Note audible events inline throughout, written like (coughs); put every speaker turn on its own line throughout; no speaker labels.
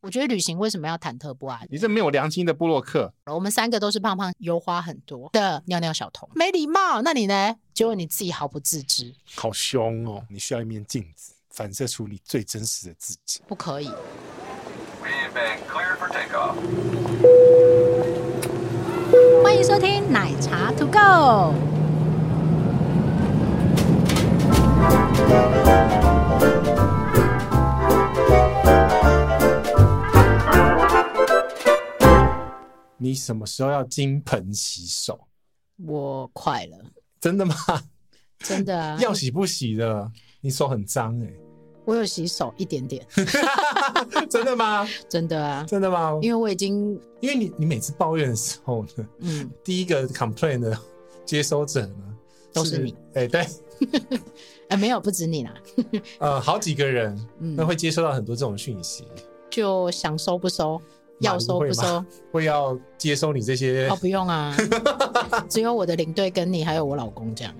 我觉得旅行为什么要忐忑不安？
你这没有良心的布洛克，
我们三个都是胖胖、油花很多的尿尿小童，没礼貌。那你呢？结果你自己毫不自知，
好凶哦！你需要一面镜子，反射出你最真实的自己。
不可以。
We've been cleared for takeoff.
欢迎收听奶茶 To Go。
你什么时候要金盆洗手？
我快了，
真的吗？！
真的啊
要洗不洗的？你手很脏哎、
我有洗手一点点，
真的吗？
真的啊，
真的吗？
因为我已经
因为你你每次抱怨的时候呢，
嗯，
第一个 complain 的接收者呢
都是你。
哎、对，
哎，没有，不止你啦，
呃，好几个人
嗯
那，会接收到很多这种讯息，
就想收不收，
马
要
云
收
会
不
吗
收。
会要接收你这些
哦，不用
(laughs)
啊，只有我的领队跟你还有我老公这样，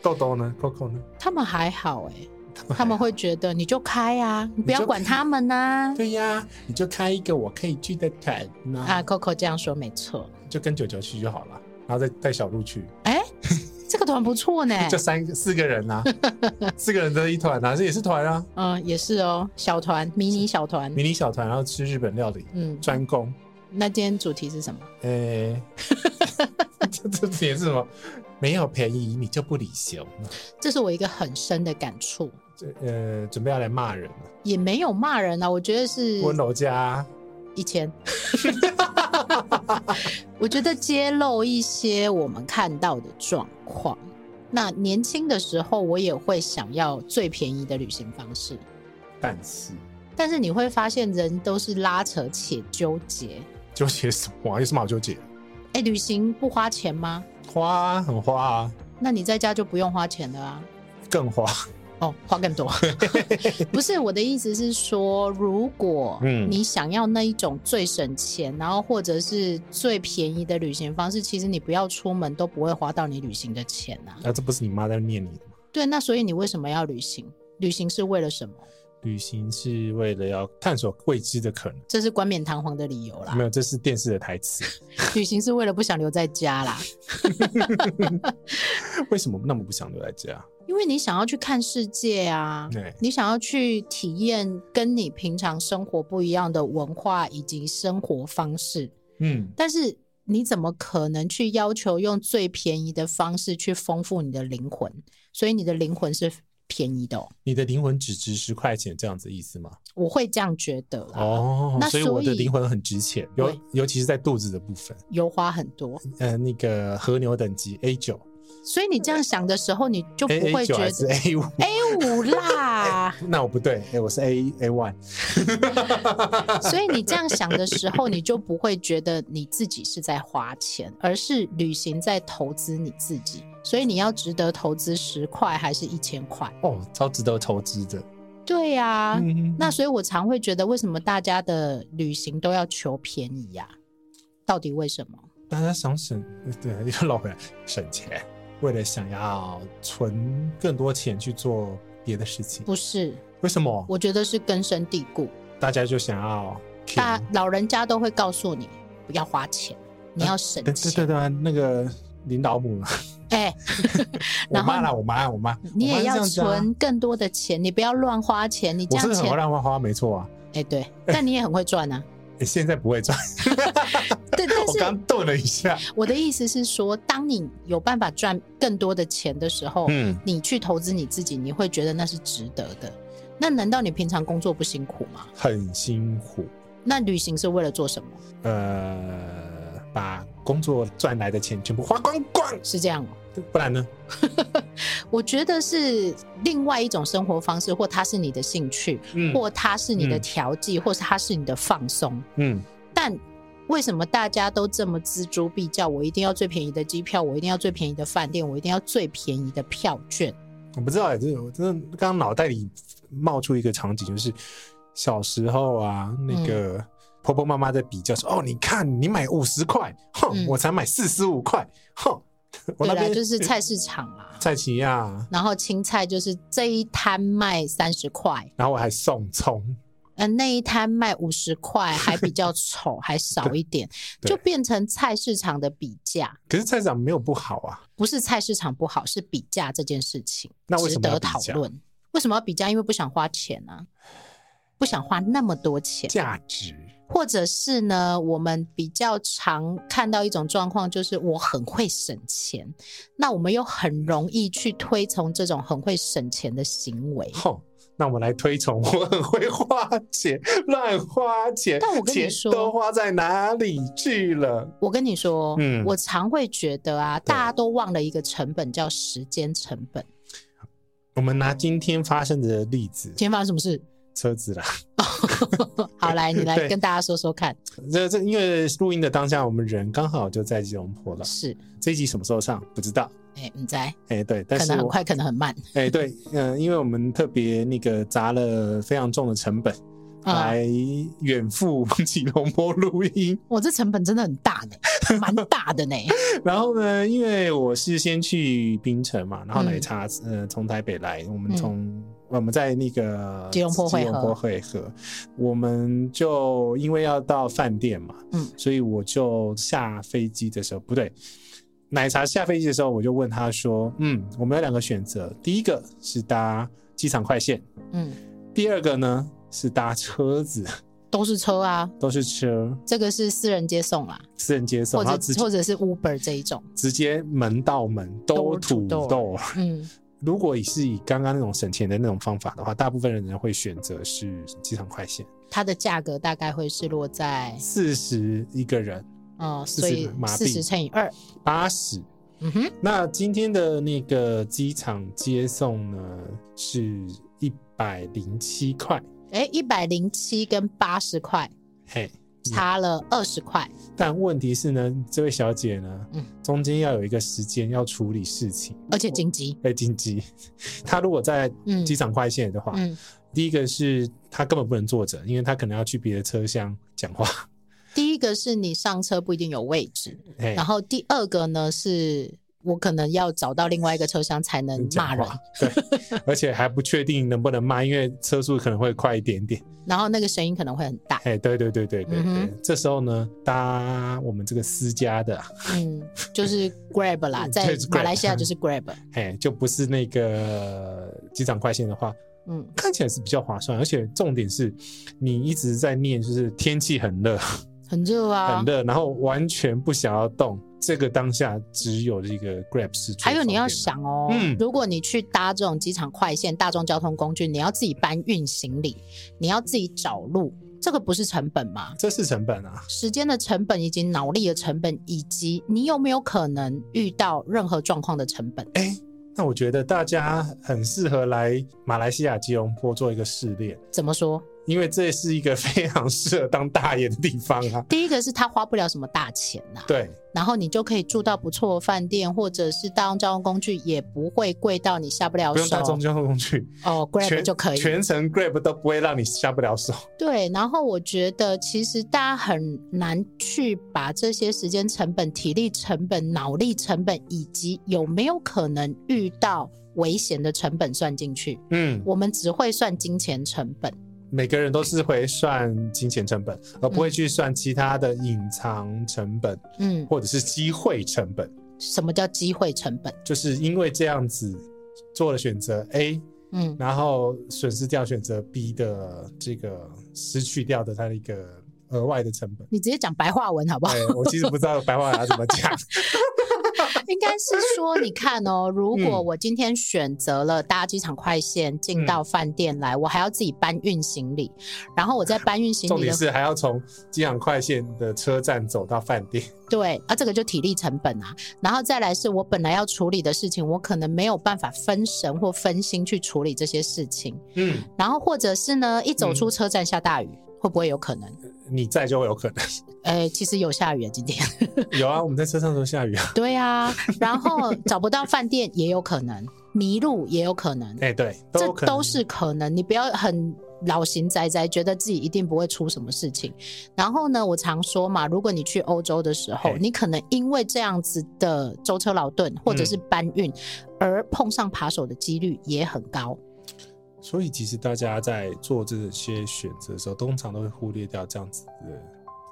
豆豆呢，Coco 呢？
他们还好哎、他们会觉得你就开啊，你不要管他们啊 (laughs) 呐、
对呀、你就开一个我可以去的团呐、
啊。Coco 这样说没错，
就跟九九去就好了，然后再带小鹿去，
哎、这个团不错呢， (laughs)
就三个四个人啦、啊四个人的一团啊，这也是团啊，
嗯，也是哦，小团，迷你小团，
迷你小团，然后吃日本料理，
嗯，
专攻，
那今天主题是什么？
呃、这这这也是什么？没有便宜你就不理性，
这是我一个很深的感触，
这呃，准备要来骂人了，
也没有骂人啊，我觉得是
温柔家
一千。 (laughs) 我觉得揭露一些我们看到的状况。那年轻的时候，我也会想要最便宜的旅行方式，
但是
但是你会发现人都是拉扯且纠结。
纠结什么啊？有什么好纠结的？
哎，旅行不花钱吗？
花啊很花啊，
那你在家就不用花钱了啊。
更花。
哦，花更多。不是我的意思是说，如果
嗯
你想要那一种最省钱，然后或者是最便宜的旅行方式，其实你不要出门都不会花到你旅行的钱啊。
啊，这不是你妈在念你的吗？
对，那所以你为什么要旅行？旅行是为了什么？
旅行是为了要探索未知的可能。
这是冠冕堂皇的理由啦
(laughs) 没。有，这是电视的台词。
旅行是为了不想留在家啦，
为什么那么不想留在家？
因为你想要去看世界啊，
对
你想要去体验跟你平常生活不一样的文化以及生活方式。
嗯，
但是你怎么可能去要求用最便宜的方式去丰富你的灵魂？所以你的灵魂是便宜的、哦，
你的灵魂只值十块钱，这样子意思吗？
我会这样觉得啦。
哦
那
所以
所
我的
以嗯
灵魂很值钱，尤
对
尤其是在肚子的部分。
油花很多，
呃，那个和牛等级 A 九
所以你这样想的时候，你就不
，A
会
A 九
觉
还是
得
A 五？
A 五啦。
(laughs) 那我不对，哎、我是 A A one。
(laughs) 所以你这样想的时候，你就不会觉得你自己是在花钱，而是旅行在投资你自己。所以你要值得投资十块还是一千块？
哦，超值得投资的。
对呀、
嗯
啊那所以，我常会觉得，为什么大家的旅行都要求便宜呀、到底为什么？
大家想省， (laughs) 对，又老回来省钱，为了想要存更多钱去做别的事情。
不是，
为什么？
我觉得是根深蒂固。
大家就想要
大
钱
老人家都会告诉你，不要花钱，你要省
对对对
钱。
对啊，那个领导母， (laughs)
哎、
我
然后
妈啦，我妈，我妈，
你
我
也
妈是这
要
样子啊。
存更多的钱，你不要乱花钱。你这
我
样
是很
钱
会，乱花花，没错啊。
哎、对，但你也很会赚啊。
诶现在不会赚， (laughs)
对，但
我刚
是
顿了一下。
我的意思是说，当你有办法赚更多的钱的时候，
嗯，
你去投资你自己，你会觉得那是值得的。那难道你平常工作不辛苦吗？
很辛苦，
那旅行是为了做什么？
呃，把工作赚来的钱全部花光光，
是这样吗？
不然呢？
我觉得是另外一种生活方式，或它是你的兴趣，
嗯
或它是你的
嗯
调剂，或是它是你的放松。
嗯，
但为什么大家都这么锱铢必较？我一定要最便宜的机票，我一定要最便宜的饭店，我一定要最便宜的票券。
我不知道哎、这我真的刚刚脑袋里冒出一个场景，就是小时候啊，
嗯
那个婆婆妈妈在比较说：“哦，你看你买五十块，哼，
嗯
我才买四十五块，哼。”我
对啦，
那边啊
就是菜市场啦，
蔡奇亚，
然后青菜就是这一摊卖三十块，
然后我还送葱，
呃，那一摊卖五十块还比较丑，还少一点，
(laughs) 对
就变成菜市场的比价。
可是菜市场没有不好啊，
不是菜市场不好，是比价这件事情
那为
值
什么要
得
比
讨
价
论。为什么要比价？因为不想花钱啊，不想花那么多钱。
价值
或者是呢，我们比较常看到一种状况，就是我很会省钱，那我们又很容易去推崇这种很会省钱的行为。
吼。那我们来推崇，我很会花钱，乱花钱，
但我跟你
钱
说
都花在哪里去了？
我跟你说，
嗯
我常会觉得啊，大家都忘了一个成本叫时间成本。
我们拿今天发生的例子，
今天发生什么事？ (laughs)
车子啦，
好，来你来
对
跟大家说说看。
这这因为录音的当下，我们人刚好就在吉隆坡了。
是，
这一集什么时候上不知道？
哎、你在，
哎，对，但
可
是
能很
我
快，可能很慢。
哎，对，嗯、因为我们特别那个砸了非常重的成本，
啊、
来远赴 (laughs) 吉隆坡录音。
我这成本真的很大呢，蛮大的呢。
然后呢，因为我是先去槟城嘛，然后
嗯
奶茶、呃从台北来，我们
嗯
从、我们在那个
吉隆坡会合
吉隆坡会合，我们就因为要到饭店嘛，
嗯
所以我就下飞机的时候不对。奶茶下飞机的时候，我就问他说：“嗯，我们有两个选择，第一个是搭机场快线，
嗯，
第二个呢是搭车子，
都是车啊，
都是车，
这个是私人接送啦，
私人接送，
或
然后
者
直接
或者是 Uber 这一种。
直接门到门
都
都土
土
豆
豆。嗯，
如果是以刚刚那种省钱的那种方法的话，大部分人会选择是机场快线，
它的价格大概会是落在
四十一个人，
呃，
40
所以
马币
四十乘以二。
八十。
嗯哼，
那今天的那个机场接送呢是一百零七块，
哎，一百零七跟八十块
嘿。
差了二十块。
但问题是呢，这位小姐呢，
嗯
中间要有一个时间要处理事情，
而且紧急，
被禁机。她如果在
嗯
机场快线的话，
嗯，
第一个是她根本不能坐着，因为她可能要去别的车厢讲话。
第一个是你上车不一定有位置，
嘿
然后第二个呢是我可能要找到另外一个车厢才能
讲
骂人，
话，对，而且还不确定能不能骂，因为车速可能会快一点点。
然后那个声音可能会很
(laughs)
大，
哎，对对对对对对，
嗯
这时候呢，搭我们这个私家的啊，
嗯，就是 Grab 啦，
嗯
在
就是 Grab
马来西亚就是 Grab，
哎，就不是那个机场快线的话，
嗯，
看起来是比较划算，而且重点是，你一直在念，就是天气很热，
很热啊
很，热，然后完全不想要动，这个当下只有这个 Grab 是最
还有你要
方便的，
想哦，
嗯
如果你去搭这种机场快线、大众交通工具，你要自己搬运行李，你要自己找路，这个不是成本吗？
这是成本啊，
时间的成本，以及脑力的成本，以及你有没有可能遇到任何状况的成本？
哎那我觉得大家很适合来马来西亚吉隆坡做一个试炼。
怎么说？
因为这是一个非常适合当大爷的地方啊。 (laughs)
第一个是他花不了什么大钱呐、
对，
然后你就可以住到不错的饭店，或者是大众交通工具也不会贵到你下不了
不用
手
搭公共交通工具，
哦，Grab
全
就可以。
全程 Grab 都不会让你下不了手。
对，然后我觉得其实大家很难去把这些时间成本、体力成本、脑力成本，以及有没有可能遇到危险的成本算进去。
嗯，
我们只会算金钱成本。
每个人都是会算金钱成本，而不会去算其他的隐藏成本
嗯，
或者是机会成本。
什么叫机会成本？
就是因为这样子做了选择 A，
嗯，
然后损失掉选择 B 的这个失去掉的它的一个额外的成本。
你直接讲白话文好不好？
对，我其实不知道白话要怎么讲。
(laughs) 应该是说，你看哦，如果
嗯
我今天选择了搭机场快线进到饭店来，我还要自己搬运行李，然后我在搬运行
重
李
点
的
是还要从机场快线的车站走到饭店，
对啊，这个就体力成本啊，然后再来是我本来要处理的事情，我可能没有办法分神或分心去处理这些事情，
嗯，
然后或者是呢，一走出车站下大雨，会不会有可能？
你在就会有可能
呃，其实有下雨啊，今天。
有啊。我们在车上都下雨啊，
对啊，然后找不到饭店也有可能，迷路也有可能，
哎、对，都
这
有可能
都是可能。你不要很老型仔仔，觉得自己一定不会出什么事情。然后呢，我常说嘛，如果你去欧洲的时候
嘿，
你可能因为这样子的舟
嗯
车劳顿或者是搬运，而碰上扒手的几率也很高。
所以其实大家在做这些选择的时候，通常都会忽略掉这样子的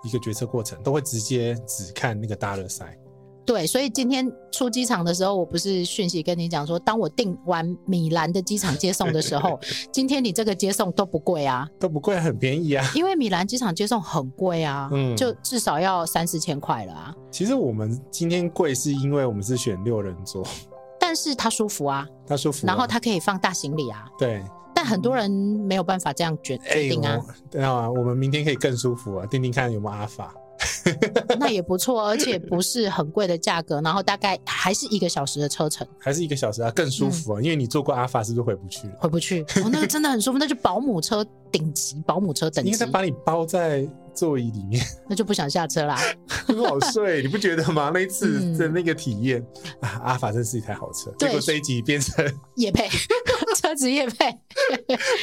一个决策过程，都会直接只看那个大热赛。
对，所以今天出机场的时候，我不是讯息跟你讲说，当我订完米兰的机场接送的时
(laughs)
候，今天你这个接送都不贵啊，
都不贵，很便宜啊。
因为米兰机场接送很贵啊，
嗯
就至少要三四千块了啊。
其实我们今天贵是因为我们是选六人座，
但是它舒服啊，
他舒服啊、
然后它可以放大行李啊，
对，
但很多人没有办法这样决决
哎、
定啊，
我对啊，我们明天可以更舒服啊，定定看有没有阿法。
那也不
(laughs)
错，而且不是很贵的价格，然后大概还是一个小时的车程，
还是一个小时啊，更
嗯
舒服啊，因为你坐过阿法，是不是回不去了？
回不去，哦，那个真的很舒服，那就保姆车顶级，保姆车等
因为
级
他，把你包在座椅里面，
(laughs) 那就不想下
(laughs)
车啦。
很好睡，你不觉得吗？那一次
嗯
的那个体验、啊，阿法真是一台好车。
对
结果这一集变成
叶配， (laughs) 车子叶配。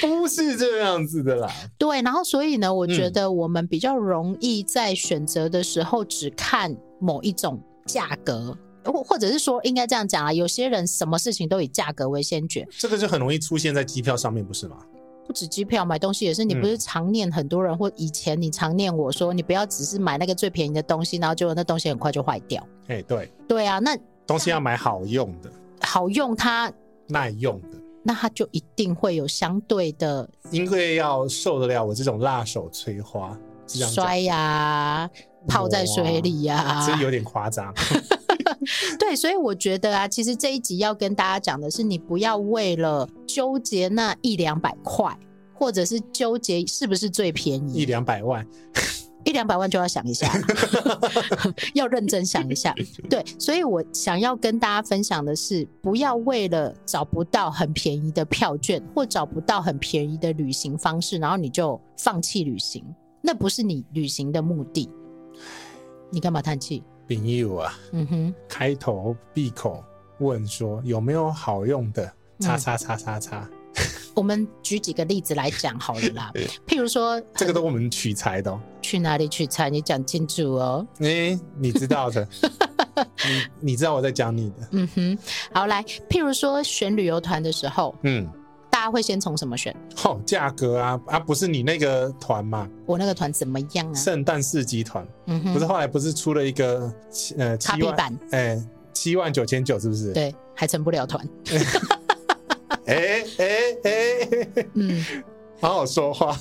不是这样子的啦。
对，然后所以呢，我觉
嗯
得我们比较容易在选择的时候只看某一种价格。或或者是说，应该这样讲啊，有些人什么事情都以价格为先决，
这个就很容易出现在机票上面，不是吗？
不止机票买东西也是。你
嗯
不是常念很多人，或以前你常念我说，你不要只是买那个最便宜的东西，然后结果那东西很快就坏掉。
哎、对，
对啊，那
东西要买好用的、
好用它，
耐用的，
那它就一定会有相对的
因为要受得了我这种辣手摧花，是这样讲
摔呀、泡在水里呀、嗯
这有点夸张。
对，所以我觉得啊，其实这一集要跟大家讲的是，你不要为了纠结那一两百块，或者是纠结是不是最便
一
宜，
两百万，
一两百万就要想一 (laughs) 下，要认真想一下。对，所以我想要跟大家分享的是，不要为了找不到很便宜的票券或找不到很便宜的旅行方式，然后你就放弃旅行，那不是你旅行的目的。你干嘛叹气？
朋友啊，
嗯哼，
开头闭口问说有没有好用的？
嗯
叉叉叉叉叉，
我们举几个例子来讲好了
(laughs)
啦。譬如说，
这个都我们取材的、哦。
去哪里取餐，你讲清楚哦。
哎、你知
(laughs)
道的，你你知道我在讲你的，
嗯哼，好来，譬如说选旅游团的时候，
嗯，
大家会先从什么选？
好、价格啊啊，不是你那个团嘛，
我那个团怎么样啊？
圣诞市集团，
嗯
不是
哼，
后来不是出了一个七呃
卡
七
比
万
版，
哎七万九千九是不是？，
对，还成不了团。
哎哎哎，
嗯，
(laughs) 好好说话，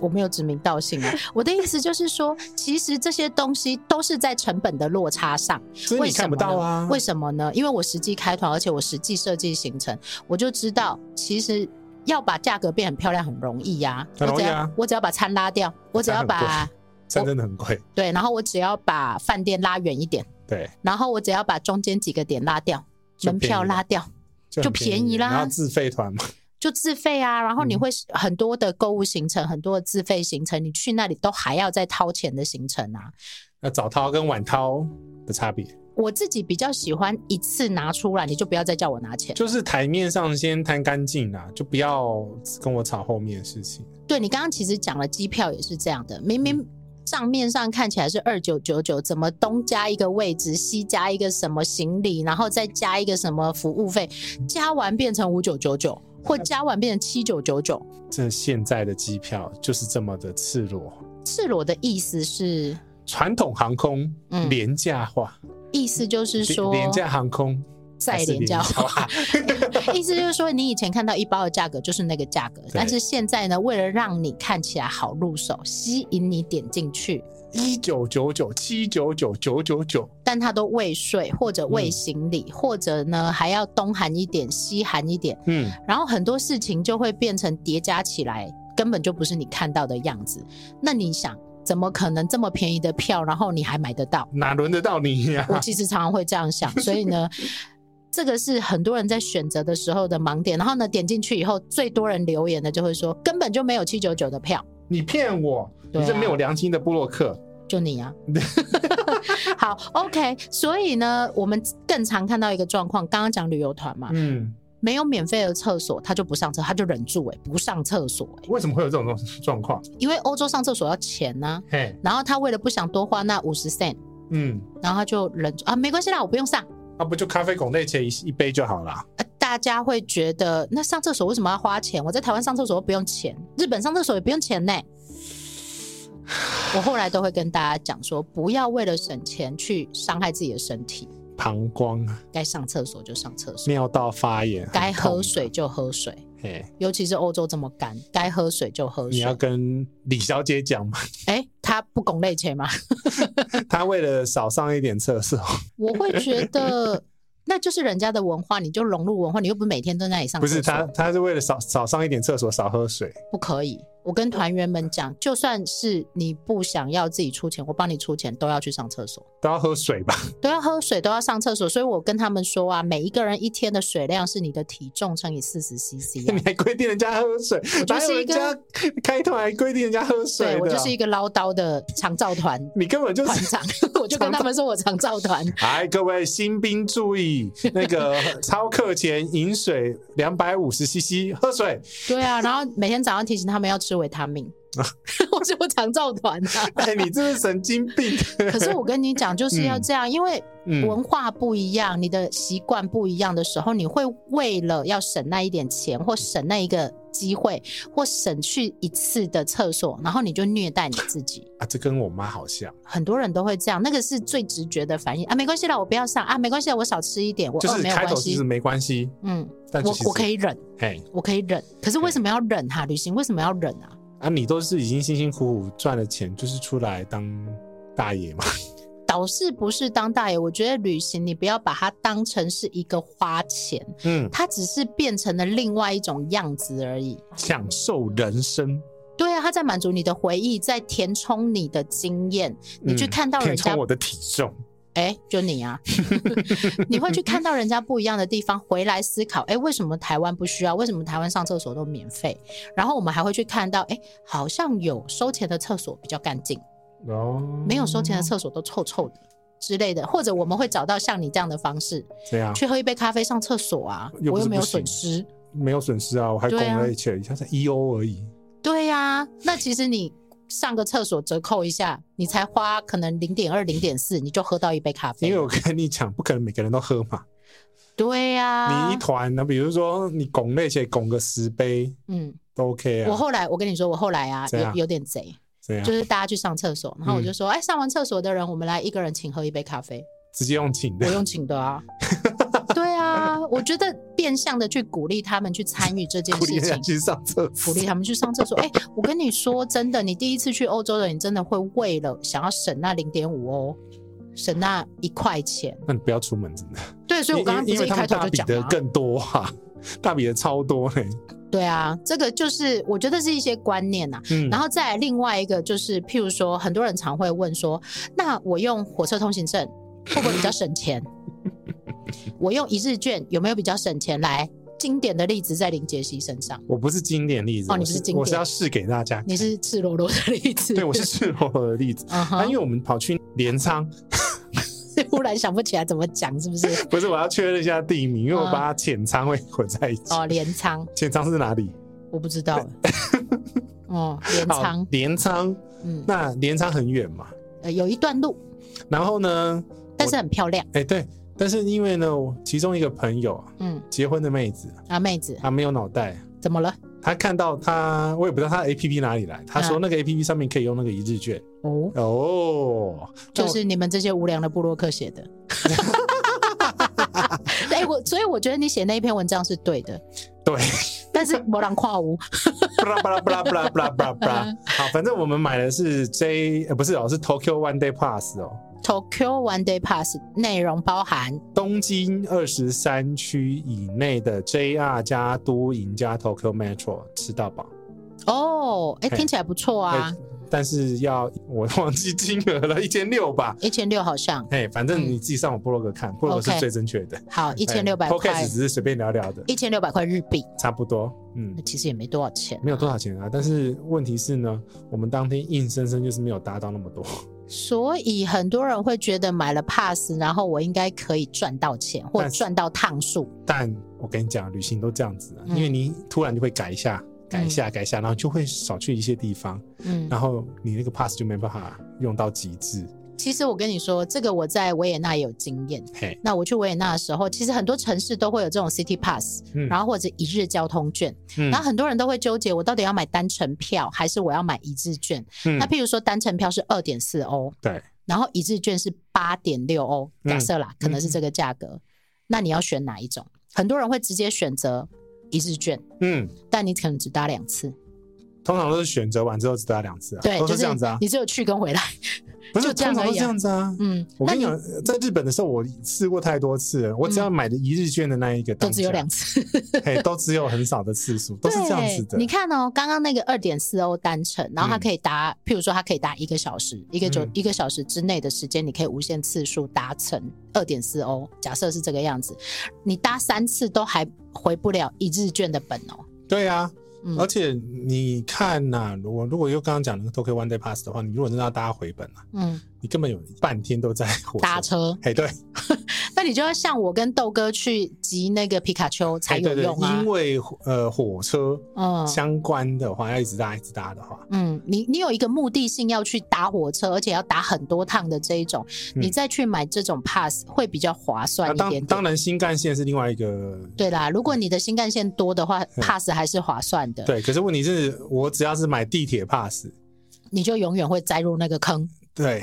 我没有指名道姓啊。我的意思就是说，其实这些东西都是在成本的落差上。
所以
为
你
什
看
么
不到
呢
啊，
为什么呢？因为我实际开团，而且我实际设计行程，我就知道其实。要把价格变很漂亮很容易呀、
很容易
我只
啊
要我只要把餐拉掉，我只要
餐
把
山真的很贵，
对，然后我只要把饭店拉远一点，
对，
然后我只要把中间几个点拉掉，
就
门票
便宜
拉掉，
就
就
很
便宜啦
然后自费团嘛， (laughs)
就自费啊。然后你
嗯
会很多的购物行程，很多的自费行程，你去那里都还要再掏钱的行程啊。
那早掏跟晚掏的差别，
我自己比较喜欢一次拿出来，你就不要再叫我拿钱。
就是台面上先摊干净啦，就不要跟我吵后面的事情。
对你刚刚其实讲了机票也是这样的，明
嗯
明账面上看起来是二九九九，怎么东加一个位置，西加一个什么行李，然后再加一个什么服务费，加完变成五九九九，或
呃
加完变成七九九九。
这现在的机票就是这么的赤裸，
赤裸的意思是，
传统航空
嗯
廉价化，
意思就是
廉
说
廉价航空
再
还是
廉
廉
价化，
化，
(laughs)
(laughs)
意思就是说，你以前看到一包的价格就是那个价格，但是现在呢，为了让你看起来好入手，吸引你点进去，
一九九九七九九九九九，
但它都未税或者未行李，或者呢还要东含一点，西含一点，
嗯，
然后很多事情就会变成叠加起来，根本就不是你看到的样子。那你想，怎么可能这么便宜的票，然后你还买得到？
哪轮得到你呀、
我其实常常会这样想，所以呢，这个是很多人在选择的时候的盲点。然后呢，点进去以后，最多人留言的就会说，根本就没有七九九的票，
(laughs) 你骗我，
对啊
你这没有良心的布洛克，
就你啊。好，OK，所以呢，我们更常看到一个状况，刚刚讲旅游团嘛，
嗯，
没有免费的厕所，他就不上厕，他就忍住、欸，不上厕所、欸，
为什么会有这种状状况？
因为欧洲上厕所要钱呐、
嘿，
然后他为了不想多花那五十 cent，
嗯，
然后他就忍住啊，没关系啦，我不用上。
啊不就咖啡狗内切一一杯就好啦。
啊大大家会觉得，那上厕所为什么要花钱？我在台湾上厕所又不用钱，日本上厕所也不用钱呢。我后来都会跟大家讲说，不要为了省钱去伤害自己的身体，
膀胱啊，
该上厕所就上厕所，
尿道发炎，
该
很痛
喝水。就喝水，
哎，
尤其是欧洲这么干，该喝水就喝
你
水
要。跟李小姐讲嘛，
哎、他不拱类钱吗？
(laughs) 她为了少上一点厕所，
我
(laughs)
会觉得那就是人家的文化，你就融入文化，你又不是每天都在那里上
不
厕所，
是她，她是为了少少上一点厕所，少喝水。
不可以。我跟团员们讲，就算是你不想要自己出钱，我帮你出钱，都要去上厕所，
都要喝水吧？ (laughs)
都要喝水，都要上厕所。所以我跟他们说啊，每一个人一天的水量是你的体重乘以四十 CC 啊
你还规定人家喝水，
就
哪有
是一
人
个
家 (laughs) 开团还规定人家喝水的啊？
对我就是一个唠叨的长照
(laughs)
团
你根本就
团 (laughs)
是
长，我就跟他们说我长照
(laughs)
团。
哎，各位新兵注意，那个超课前饮水两百五十 CC，喝水。
对啊，然后每天早上提醒他们要吃维他
(laughs)
命，我是我长照团啊。
哎，你这是神经病。 (laughs)
可是我跟你讲，就是要这样，因为文
嗯，
化不一样，你的习惯不一样的时候，你会为了要省那一点钱，或省那一个机会，或省去一次的厕所，然后你就虐待你自己。
啊，这跟我妈好像，
很多人都会这样，那个是最直觉的反应啊，没关系啦，我不要上啊，没关系啦，我少吃一点，我
就
饿
是
没有
开
关
头其
系
实，没关系，
嗯，
但
我
其实
我可以忍，
哎
我可以忍。可是为什么要忍哈、旅行为什么要忍啊？
啊，你都是已经辛辛苦苦赚了钱，就是出来当大爷嘛。
倒是不是当大爷，我觉得旅行你不要把它当成是一个花钱，
嗯，
它只是变成了另外一种样子而已。
享受人生，
对啊，他在满足你的回忆，在填充你的经验。你去
嗯
看到人
填
家
充，我的体重。
哎、就你
(laughs)
啊，你会去看到人家不一样的地方，回来思考，哎、为什么台湾不需要？为什么台湾上厕所都免费？然后我们还会去看到，哎、好像有收钱的厕所比较干净，
哦，
没有收钱的厕所都臭臭的之类的。或者我们会找到像你这样的方式，
这样
去喝一杯咖啡上厕所啊，
啊又不
我
是
又没有
不行
损失。
没有损失啊，我还供
对啊
了一切，它才一欧 E 而已。
对呀、那其实你上个厕所折扣一下，你才花可能零点二、零点四，你就喝到一杯咖啡。
因为我跟你讲，不可能每个人都喝嘛。
对呀、
你一团，那比如说你拱那些拱个十杯
嗯，
都 OK 啊。
我后来我跟你说，我后来啊，
怎
有
样嗯
有点贼，
这样
就是大家去上厕所，然后我就说，哎、上完厕所的人，我们来一个人请喝一杯咖
(laughs)
啡，
直接用请
我
的，
用请的
(laughs)
啊。对啊，我觉得变相的去鼓励他们去参与这件
(laughs) 鼓励
事情，
人家去上厕所。
鼓励他们去上厕所。哎、我跟你说真的，你第一次去欧洲的，你真的会为了想要省那零点五哦，省那一块钱。
那你不要出门，真的。
对，所以我刚刚不
因
是
为
一
他
开
们
头
大
就
笔
讲
的
吗？
更多啊， (laughs) 大笔的超多嘞。
对啊，这个就是我觉得是一些观念呐、
嗯，
然后再来另外一个就是，譬如说，很多人常会问说，那我用火车通行证会不会比较省钱？ (laughs) 我用一日券有没有比较省钱？来，经典的例子在林杰西身上，
我不是经典例子，
哦你不
我
是经典
我是要试给大家看。
你是赤裸裸的例子。
对，我是赤裸裸的例子。
嗯
啊，因
哼，
为我们跑去镰仓，
(laughs) 忽然想不起来怎么讲，是不是？
(laughs) 不是我要确认一下地名，因为我
嗯
把它浅仓会混在一起。
哦，镰仓，
浅仓是哪里？
我不知道
(laughs)
了。哦，镰
好
仓，
镰仓。
嗯、
那镰仓很远嘛，
呃有一段路，
然后呢，
但是很漂亮。
哎、对，但是因为呢，我其中一个朋友啊，
嗯，
结婚的妹子啊，
啊，妹子，
她没有脑袋，
怎么了？
她看到她，我也不知道她 A P P 哪里来，她说
嗯
那个 A P P 上面可以用那个一日券
哦，
哦，那
就
我
是你们这些无良的布洛克写的。 (laughs) 哎、我所以我觉得你写那一篇文章是对的，
对，
但
(laughs)
是摩狼跨无，
巴拉巴拉巴拉巴拉巴拉巴拉巴
(laughs) 嗯
拉，好，反正我们买的是 J，、呃、不是哦，是 Tokyo One Day Pass 哦，
Tokyo One Day Pass 内容包含
东京二十三区以内的 J R 加都营加 Tokyo Metro 吃到饱。
哦，哎、
嘿
听起来不错啊
哎，但是要我忘记金额了，一千六 (laughs) 吧。
一千六好像
哎，反正你自己上我部落格看，部落格
嗯 OK
是最正确的。
好，一千六百
p o d c
块
a，只是随便聊聊的，
一千六百块日币，
差不多。嗯
那，其实也没多少钱，
没有多少钱啊。但是问题是呢，我们当天硬生生就是没有达到那么多。 (laughs)
所以很多人会觉得买了 pass，然后我应该可以赚到钱或
但是
赚到趟数，
但我跟你讲，旅行都这样子啊，
嗯
因为你突然就会改一下。改一下，改一下，然后就会少去一些地方，
嗯，
然后你那个 pass 就没办法用到极致。
其实我跟你说，这个我在维也纳也有经验。
嘿，
那我去维也纳的时候，其实很多城市都会有这种 City Pass，、
嗯
然后或者一日交通券，
嗯
然后很多人都会纠结，我到底要买单程票还是我要买一日券？
嗯
那譬如说单程票是二点四欧，
对，
然后一日券是八点六欧，假
嗯
设啦，可能是这个价格，那你要选哪一种？很多人会直接选择一日券，
嗯，
但你可能只搭两次，
通常都是选择完之后只打两次啊，
对，
都
就是
这样子啊，
你只有去跟回来，
不是
就这
通
样
常
而
都
已啊
是这样子啊。
嗯，
我
那
跟你
你嗯
讲，在日本的时候，我试过太多次了，我只要买的一日券的那一个，
都只有两，次，
嘿，都只有很少的次数，都是这样子的
对你。看哦，刚刚那个二点四欧单程，然后它
嗯
可以搭，譬如说它可以搭一个小时，一个九、
嗯
一个小时之内的时间，你可以无限次数搭乘二点四欧，假设是这个样子，你搭三次都还回不了一日券的本哦。
对啊，
嗯
而且你看呐，我如果又刚刚讲那个 Tokyo One Day Pass 的话，你如果真的要搭回本啊，
嗯，
你根本有半天都在火
搭。车，
哎，对，
那你就要像我跟豆哥去集那个皮卡丘才
哎对
有
对
用，啊
因。为呃火车
嗯
相关的话，要一直搭一直搭的话，
嗯，你你有一个目的性要去搭火车，而且要搭很多趟的这一种，
嗯
你再去买这种 pass 会比较划算
那
一点
当
点。
当然新干线是另外一个
对啦，如果你的新干线多的话，pass 还是划算的，
嗯对，可是问题是我只要是买地铁 pass，
你就永远会栽入那个坑。 (laughs)
对，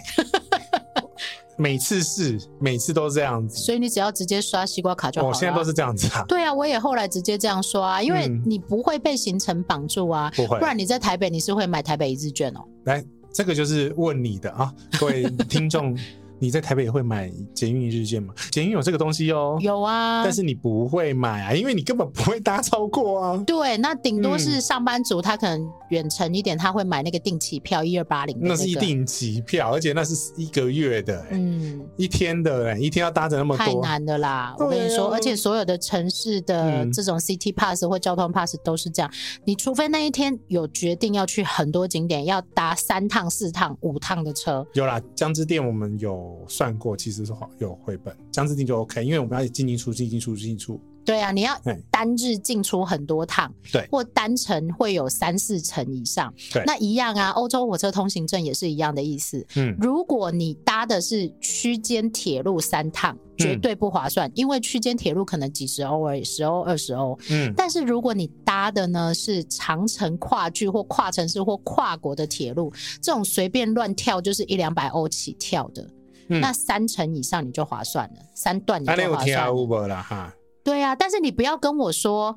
每次是每次都这样子，
所以你只要直接刷西瓜卡就好
我、
了啊。
哦现在都是这样子啊，
对啊，我也后来直接这样刷、啊，因为
嗯
你不会被行程绑住啊。
不
(laughs)
会
不。然你在台北你是会买台北一日券哦。
来，这个就是问你的啊，各位
(laughs)
听众，你在台北也会买捷运一日券吗？捷运有这个东西哦，
有啊，
但是你不会买啊，因为你根本不会搭超过啊。
对，那顶多是
嗯
上班族，他可能远程一点，他会买那个定期票一二八零。
那是一。定期票，而且那是一个月的、欸，
嗯，
一天的、欸，一天要搭着那么
太
多，
难了啦！我跟你
对啊
说，而且所有的城市的
嗯
这种 City Pass 或交通 Pass 都是这样，你除非那一天有决定要去很多景点，要搭三趟、四趟、五趟的车，
有啦，江之店我们有算过，其实是好有回本，江之店就 OK，因为我们要进进出进进出进出，
对啊，你要
对
单日进出很多趟，
对
或单程会有三四程以上，
对
那一样啊。欧洲火车通行证也是一样的意思，
嗯，
如果你搭的是区间铁路三趟，绝
嗯
对不划算，因为区间铁路可能几十欧而已，十欧、二十欧。
嗯，
但是如果你搭的呢是长城跨距或跨城市或跨国的铁路，这种随便乱跳就是一两百欧起跳的，
嗯啊
那三成以上你就划算了，三段你
那
就
有
划
听
算了
Uber 啦哈，
对啊，但是你不要跟我说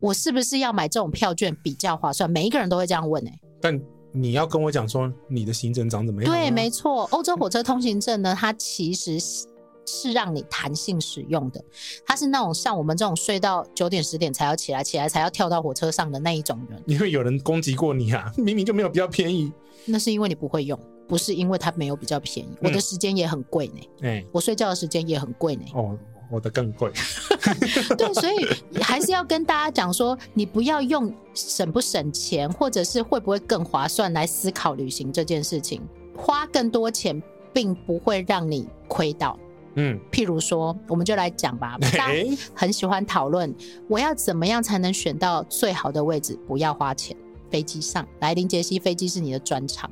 我是不是要买这种票券比较划算，每一个人都会这样问哎、
但你要跟我讲说你的行程长怎么样、啊
对，没，错，欧洲火车通行证呢，它其实是是让你弹性使用的，它是那种像我们这种睡到九点十点才要起来，起来才要跳到火车上的那一种人，
因为有人攻击过你啊， (laughs) 明明就没有比较便宜，
那是因为你不会用，不是因为它没有比较便宜。我的时间也很贵呢，
哎、。
我睡觉的时间也很贵呢 (laughs)
哦，我的更贵，
对，所以还是要跟大家讲说，你不要用省不省钱，或者是会不会更划算来思考旅行这件事情，花更多钱并不会让你亏到。
嗯，
譬如说，我们就来讲吧， (laughs) 大
哎、
家很喜欢讨论我要怎么样才能选到最好的位置，不要花钱。飞机上来，林杰西，飞机是你的专长，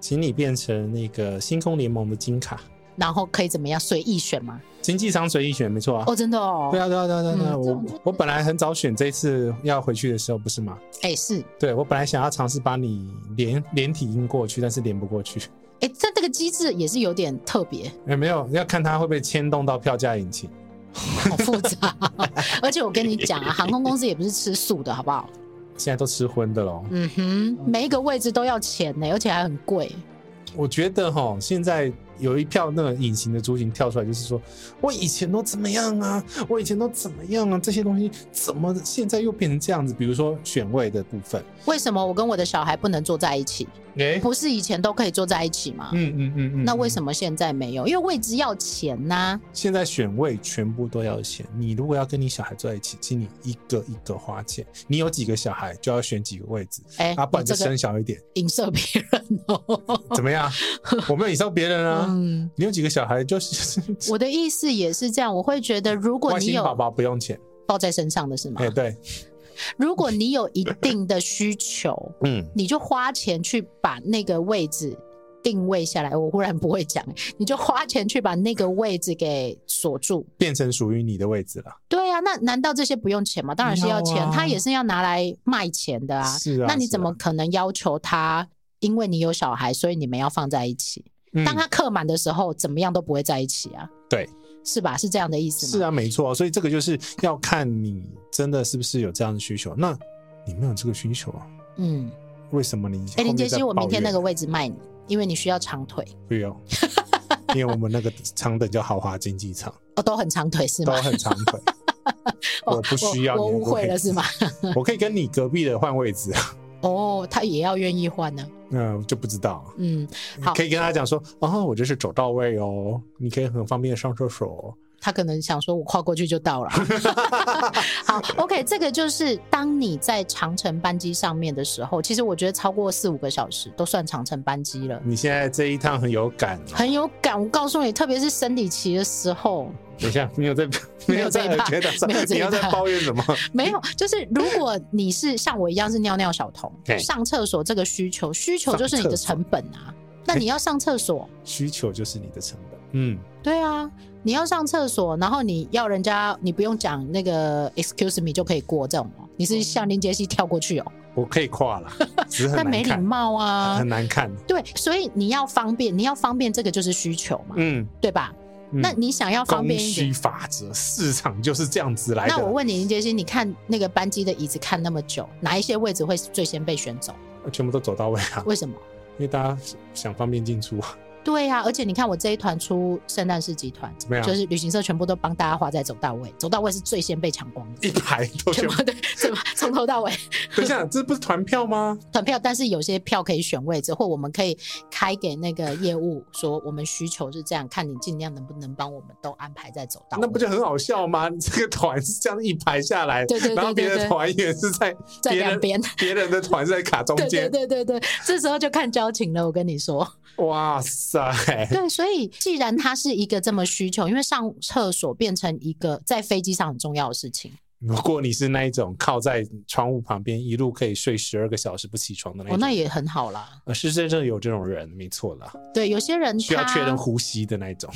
请你变成那个星空联盟的金卡，
然后可以怎么样随意选吗？
经济舱随意选，没错啊。
哦，真的哦，
对啊，对啊，对啊，对啊对啊！
嗯
我我本来很早选这次要回去的时候，不是吗？
哎、是，
对我本来想要尝试把你连连体音过去，但是连不过去。
哎、但这个机制也是有点特别，
哎、没有，要看它会不会牵动到票价引擎。
好复杂、哦 (laughs) 而且我跟你讲啊，航空公司也不是吃素的，好不好？
现在都吃荤的喽。
嗯哼，每一个位置都要钱呢、而且还很贵。
我觉得哈，现在有一票那个隐形的族群跳出来，就是说我以前都怎么样啊，我以前都怎么样啊，这些东西怎么现在又变成这样子？比如说选位的部分，
为什么我跟我的小孩不能坐在一起？
哎、
不是以前都可以坐在一起吗？
嗯嗯嗯嗯，
那为
么
什么现在没有？因为位置要钱呐、
现在选位全部都要钱？你如果要跟你小孩坐在一起，请你一个一个花钱。你有几个小孩就要选几个位置，
哎、
啊，不然
你
就
这个
生小一点，
影射别人哦。
怎
(laughs)
么样？我没有以上别人 (laughs) 啊。
嗯，
你有几个小孩就是
我的意思也是这样，我会觉得，如果
外
你
星宝
有啊
宝不用钱，
抱在身上的是吗
哎、？对，
如果你有一定的需求，
嗯，
你就花钱去把那个位置定位下来，我忽然不会讲，你就花钱去把那个位置给锁住。
变成属于你的位置了。
对啊，那难道这些不用钱吗？当然是要钱，
要啊
他也是要拿来卖钱的啊。
是啊
那你
是
怎么
啊
可能要求他？因为你有小孩，所以你们要放在一起。
嗯
当他客满的时候，怎么样都不会在一起啊？
对，
是吧？是这样的意思吗？
是啊，没错，所以这个就是要看你真的是不是有这样的需求。那你没有这个需求，啊
嗯。
为什么你后面在
哎、
抱
林
怨？
杰希，我明天那个位置卖你，因为你需要长腿。(laughs)
不用，因为我们那个长等叫豪华经济舱，
哦，都很长腿是
都
吗？
很长腿。
(laughs) 哦
我不需要
我
你
我
的
误会了是吗？
我可以跟你隔壁的换位置，啊
哦，他也要愿意换呢、
(laughs) 嗯，就不知道。
嗯，好
可以跟他讲说，哦，我这是走到位哦，你可以很方便地上厕所哦、
他可能想说，我跨过去就到了。 (laughs) 好，OK，这个就是当你在长程班机上面的时候，其实我觉得超过四五个小时都算长程班机了，
你现在这一趟很有感、哦，
很有感。我告诉你，特别是生理期的时候，
等一下没有在
(laughs) 没有
没有在
这一趴
觉得
(laughs) 没有这一
你要在
趴
抱怨什么？
没有，就是如果你是像我一样是尿尿小童，
对
上厕所这个需求，需求就是你的成本啊。那你要上厕所，
需求就是你的成本，嗯，
对啊，你要上厕所，然后你要人家，你不用讲那个 excuse me 就可以过这种哦，你是像林杰西跳过去哦，
我可以
(laughs)
跨了，只是很
但
难
没礼
看，
貌啊
很。难看，
对，所以你要方便，你要方便，这个就是需求嘛，
嗯，
对吧？
嗯
那你想要方
供
便一
需
点，
法则，市场就是这样子来的。
那我问你，林杰西，你看那个班机的椅子看那么久，哪一些位置会最先被选走？
全部都走到位啊，
为什么？
因为大家想方便进出，啊
(laughs) 对啊呀、而且你看我这一团出圣诞市集团，
怎么样
就是旅行社全部都帮大家划在走到位，走到位是最先被抢光的，
一排都全
全
部
部。对， (laughs) 怎么从头到尾
等一下，这不是团票吗？
团票，但是有些票可以选位置，或我们可以开给那个业务说，我们需求是这样，看你尽量能不能帮我们都安排在走到位。
那不就很好笑吗？你这个团是这样一排下来，
对对对
然后别
对对
的团员是在
在
别
两
人
边？
别人的团是在卡中
对对
间，
对对对，这时候就看交情了。我跟你说，
(laughs) 哇塞！
对，所以既然它是一个这么需求，因为上厕所变成一个在飞机上很重要的事情。
如果你是那一种靠在窗户旁边一路可以睡十二个小时不起床的那一
哦，
种，
那也很好啦。
呃是真正有这种人，没错啦，
对，有些人
需要
他
确认呼吸的那一种。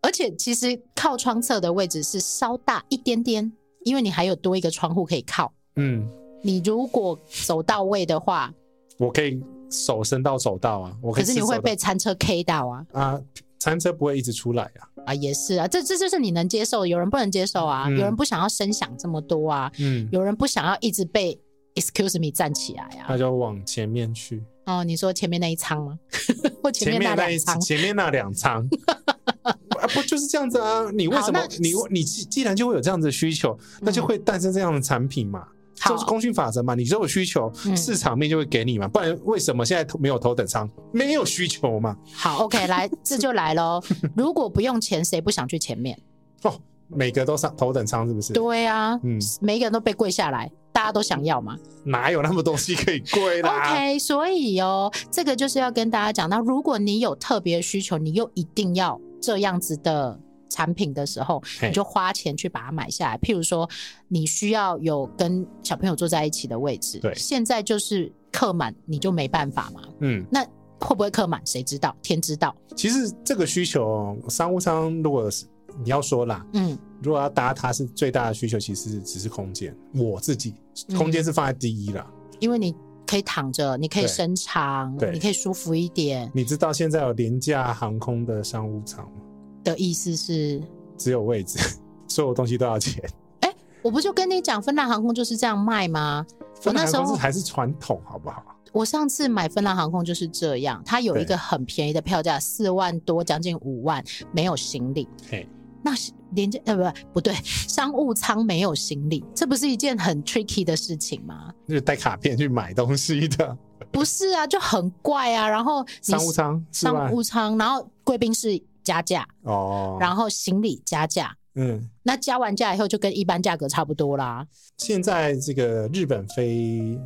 而且其实靠窗侧的位置是稍大一点点，因为你还有多一个窗户可以靠。
嗯，
你如果走到位的话，
我可以手伸到手到啊，我
可
以
是你
四手
会
到
被餐车 K 到啊
啊，餐车不会一直出来啊。
啊，也是啊，这这就是你能接受，有人不能接受啊，
嗯
有人不想要声响这么多啊，
嗯，
有人不想要一直被 excuse me 站起来啊
那。就往前面去，
哦，你说前面那一仓吗？ (laughs) 或前面那
面那
两
一
仓？
前面那
(laughs)
两仓。啊，不就是这样子啊？你为
好
什么
那
你你既既然就会有这样子的需求，那就
嗯
会诞生这样的产品嘛？就是
好，
供需法则嘛，你只有需求，
嗯
市场面就会给你嘛，不然为什么现在没有头等舱？没有需求嘛？
好，OK，来，这就来
(laughs)
喽。如果不用钱，谁不想去前面？
哦，每个都上头等舱是不是？
对啊，
嗯
每一个人都被跪下来，大家都想要嘛。
哪有那么东西可以贵
(laughs)
啦？
OK，所以哦，这个就是要跟大家讲到，如果你有特别需求，你又一定要这样子的产品的时候，
嘿
你就花钱去把它买下来。譬如说，你需要有跟小朋友坐在一起的位置，
对
现在就是客满，你就没办法嘛。
嗯，
那会不会客满，谁知道？天知道。
其实这个需求，商务舱如果是你要说啦，
嗯，
如果要搭它是最大的需求，其实只是空间。我自己
嗯
空间是放在第一啦。
因为你可以躺着，你可以
对
伸长，
对
你可以舒服一点。
你知道现在有廉价航空的商务舱吗？
的意思是，
只有位置， (laughs) 所有东西都要钱。
我不就跟你讲，芬兰航空就是这样卖吗？我
芬
那
兰
时
航
候
空是还是传统，好不好？
我上次买芬兰航空就是这样，它有一个
对
很便宜的票价，四万多，将近五万，没有行李。
嘿，
那是连接呃不不对， (laughs) 商务舱没有行李，这不是一件很 tricky 的事情吗？
就是带卡片去买东西的
不是啊，就很怪啊。然后你
商务舱，是吧
商？务舱，然后贵宾室加价，
哦，
然后行李加价，
嗯，
那加完价以后就跟一般价格差不多啦。
现在这个日本飞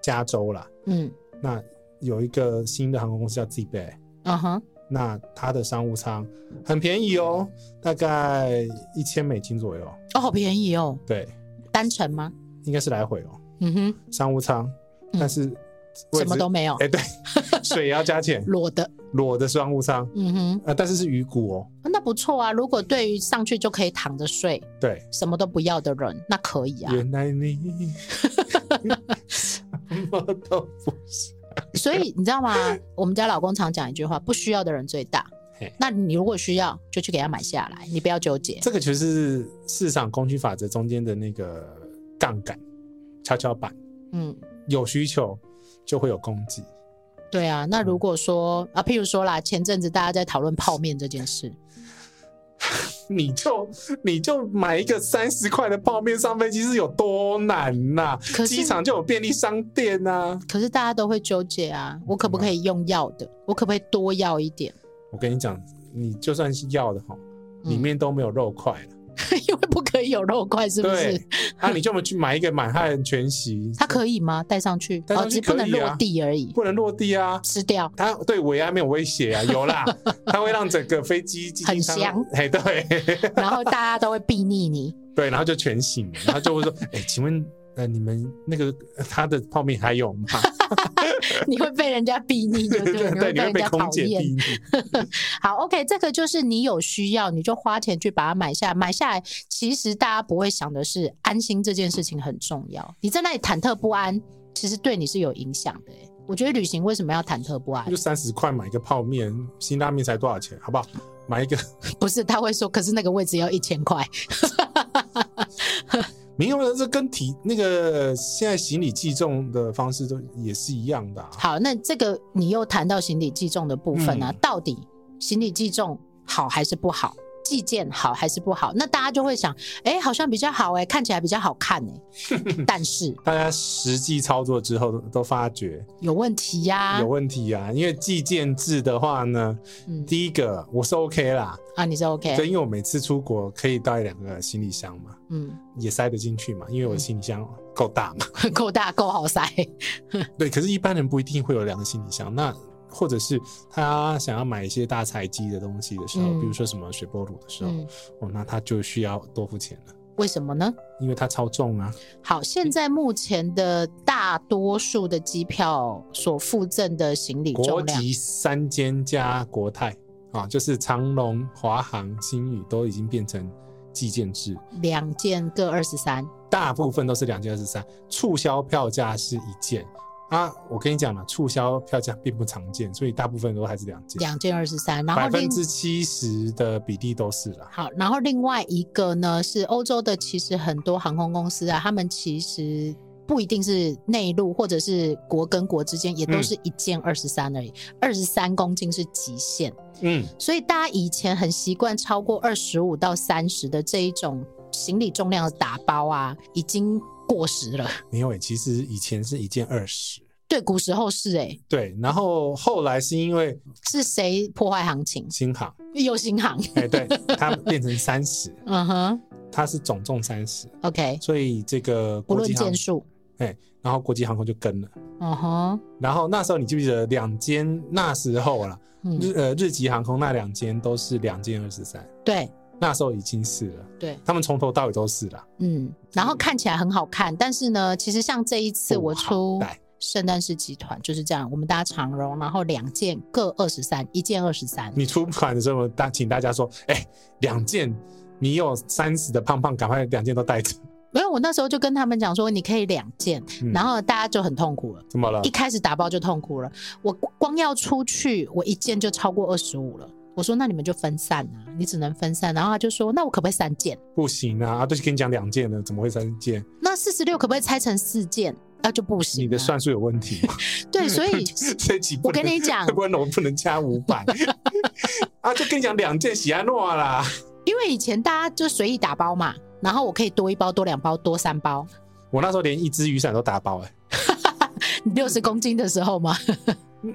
加州啦，
嗯
那有一个新的航空公司叫 ZBay，
嗯哼，
那它的商务舱很便宜哦，大概一千美金左右，
哦，好便宜哦，
对，
单程吗？
应该是来回哦，
嗯哼，
商务舱，但是
什
位置
么都没有，
哎、对， (laughs) 水也要加
(laughs)
钱，
裸的，
裸的商务舱，
嗯哼，
呃，但是是鱼骨哦，
那不错啊。如果对于上去就可以躺着睡，
对，
什么都不要的人，那可以啊。
原来你
(laughs)
(laughs) 什么都不是，
所以你知道吗？我们家老公常讲一句话：不需要的人最大
嘿。
那你如果需要，就去给他买下来，你不要纠结。
这个其实是市场供需法则中间的那个杠杆跷跷板，
嗯，
有需求就会有供给，
对啊。那如果说啊，譬如说啦，前阵子大家在讨论泡面这件事，
你就你就买一个三十块的泡面上飞机是有多难呐、
可是
机场就有便利商店呐、
可是大家都会纠结啊，我可不可以用药的？我可不可以多要一点？
我跟你讲，你就算是要的哈，
嗯
里面都没有肉块了。
(laughs) 因为不可以有肉块，是不
对
是？，
啊，你就么去买一个满汉全席，
它可以吗？带上去，哦
带上去
只不能
可以啊
落地而已，
不能落地啊。
吃掉。
它对维安没有威胁啊，
(laughs)
有啦，它会让整个飞机机
很
舱
香
哎，对
然后大家都会避睨你， (laughs)
对，然后就全醒了，然后就会说，哎，请问呃你们那个它的泡面还有吗？
你会被人家避睨， (laughs) 就对，你会
(laughs) 对，你
被
会
人
被
家
空
讨
姐
厌
逼。你。
好，OK，这个就是你有需要，你就花钱去把它买下来。买下来，其实大家不会想的是安心这件事情很重要。你在那里忐忑不安，其实对你是有影响的欸、我觉得旅行为什么要忐忑不安 (laughs)
就？三十块买一个泡面，辛拉面才多少钱？好不好？买一个
不是他会说，可是那个位置要一千块，
没有，这跟体那个现在行李计重的方式都也是一样的、啊。
好，那这个你又谈到行李计重的部分啊，
嗯
到底行李计重好还是不好？计件好还是不好？那大家就会想，哎、好像比较好哎、看起来比较好看哎、
(laughs)
但是
大家实际操作之后都都发觉
有问题呀、
有问题啊，因为计件制的话呢，
嗯
第一个我是 OK 啦，
啊，你是 OK，
对，因为我每次出国可以带两个行李箱嘛，
嗯，
也塞得进去嘛，因为我的行李箱够大嘛。
(laughs) 够大够好塞，
对，可是一般人不一定会有两个行李箱，那或者是他想要买一些大采集的东西的时候，
嗯
比如说什么水波炉的时候，
嗯，
哦，那他就需要多付钱了，
为什么呢？
因为它超重啊。
好，现在目前的大多数的机票所附赠的行李
国
重量，
籍三间加国泰啊，就是长龙、华航、新宇都已经变成计件制，
两件各二十三，
大部分都是两件二十三，促销票价是一件啊。我跟你讲了，促销票价并不常见，所以大部分都还是两件，
两件二十三，然后
百
另
分之七十的比例都是啦。
好，然后另外一个呢是欧洲的，其实很多航空公司啊，他们其实不一定是内陆或者是国跟国之间，也都
嗯
是一件二十三而已，二十三公斤是极限，
嗯，
所以大家以前很习惯超过二十五到三十的这一种行李重量的打包啊，已经过时了。
没有诶、欸其实以前是一件二十。
对，古时候是哎、
对，然后后来是因为
是谁破坏行情？(laughs)
新航，
又新航，
哎、对，它变成三十，
嗯哼
它是总重三十，
，OK，
所以这个
不
国
论
际航
件数，
然后国际航空就跟了。
嗯哼，
然后那时候你记不记得两间那时候啦，
嗯，
日呃日籍航空那两间都是两间二十三，
对
那时候已经是了，
对。
他们从头到尾都是啦。
嗯，然后看起来很好看，但是呢，其实像这一次我出
不好带
圣诞市集团就是这样，我们搭长绒，然后两件各二十三，一件二十三。
你出款的时候，大请大家说，哎，两件你有三十的胖胖，赶快两件都带着。
因为我那时候就跟他们讲说，你可以两件，
嗯
然后大家就很痛苦了。
怎么了
一？开始打包就痛苦了，我光要出去，我一件就超过二十五了。我说那你们就分散啊，你只能分散。然后他就说，那我可不可以三件？
不行啊，啊，都是跟你讲两件了，怎么会三件？
那四十六可不可以拆成四件？那就不行啊、
你的算术有问题。
对，所以
(laughs) 这集不
我跟
能
你讲，
不然我 (laughs) 不能加五百啊！就跟你讲两件喜安诺啊啦，
因为以前大家就随意打包嘛，然后我可以多一包、多两包、多三包。
我那时候连一只雨伞都打包哎、
你六十公斤的时候
(laughs)
嘛，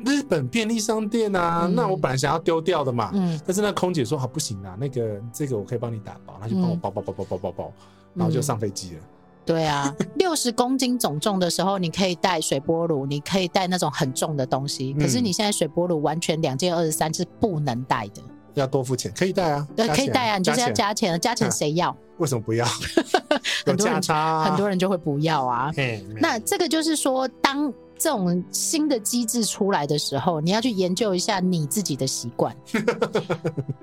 日本便利商店啊，
嗯
那我本来想要丢掉的嘛，
嗯，
但是那空姐说好、不行啊，那个这个我可以帮你打包，她就帮我
嗯
包包包包包包包，然后就上飞机了。
对啊，六十公斤总重的时候，你可以带水波炉，你可以带那种很重的东西。
嗯
可是你现在水波炉完全两件二十三是不能带的，
要多付钱，可以带啊，
对，
加
可以
钱
带啊，你就是要
钱
加钱，加钱谁要？
为什么不要？有
(laughs) 很多人
价差啊，嗯
很多人就会不要啊。
嘿，
那这个就是说，当这种新的机制出来的时候，你要去研究一下你自己的习
(laughs)
惯。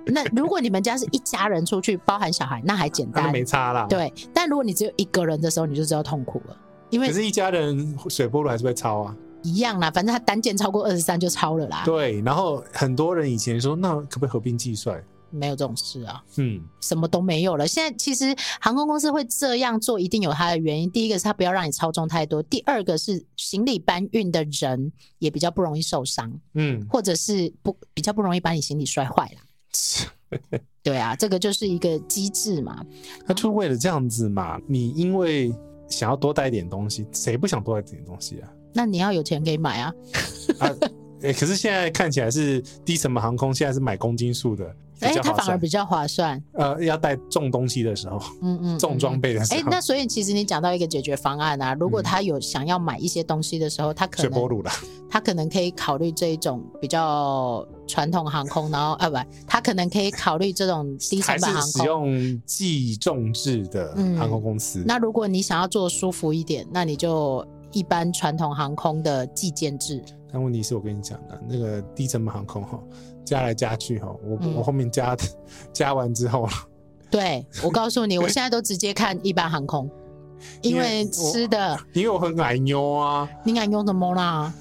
那如果你们家是一家人出去，包含小孩，那还简
那就
单，
没差啦。，
对。但如果你只有一个人的时候，你就知道痛苦了，因
可
为
是一家人水波炉还是会超啊。
一样啦，反正他单件超过二十三就超了啦，
对，然后很多人以前说，那可不可以合并计算？
没有这种事啊。
嗯，
什么都没有了。现在其实航空公司会这样做，一定有它的原因。第一个是它不要让你操纵太多，第二个是行李搬运的人也比较不容易受伤，
嗯， (laughs)
或者是不比较不容易把你行李摔坏啦。对啊，这个就是一个机制嘛。
那就是为了这样子嘛。你因为想要多带一点东西，谁不想多带一点东西啊？
那你要有钱可以买啊，
啊，诶可是现在看起来是低成本航空，现在是买公斤数的，比
哎、
较
它
划
反而
算。
比较划算。
呃，要带重东西的时候，
嗯嗯，
(laughs) 重装
备。
备的时
哎、
候，
那所以其实你讲到一个解决方案啊，如果
嗯
他有想要买一些东西的时候，他可
水
能
波炉啦，
他可能可以考虑这一种比较传统航空，然后啊不，他可能可以考虑这种低成
还是
本航
使
空。嗯
用计重制的航空公司？
那如果你想要做舒服一点，那你就一般传统航空的计件制。
但问题是我跟你讲的，那个低成本航空哈，加来加去哈，我、
嗯
我后面加 (laughs) 加完之后，
对我告诉你，我现在都直接看一般航
(laughs)
空，因为
因为我
吃的
因为我很矮妞啊，
你敢用什么啦？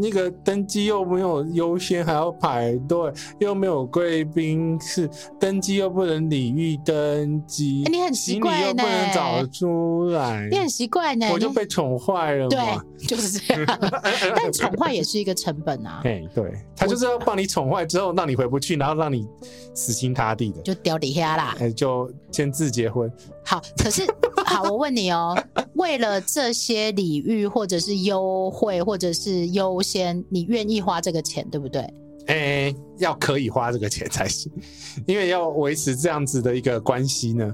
那个登机又没有优先，还要排队，又没有贵宾室，登机又不能礼遇登机，
哎你很奇
行
怪
李又不能
呢
找出来，
你很奇怪呢，
我就
你
被宠坏了
对
嘛。，
就是这样。
(laughs)
但宠坏也是一个成本啊，
嘿，哎对，他就是要把你宠坏之后，让你回不去，然后让你死心塌地的，
就掉底下啦。
哎，就签字结婚。
好，可是好，我问你哦，为了这些礼遇或者是优惠或者是优先，你愿意花这个钱，对不对？
哎、要可以花这个钱才行，因为要维持这样子的一个关系
(laughs)
呢，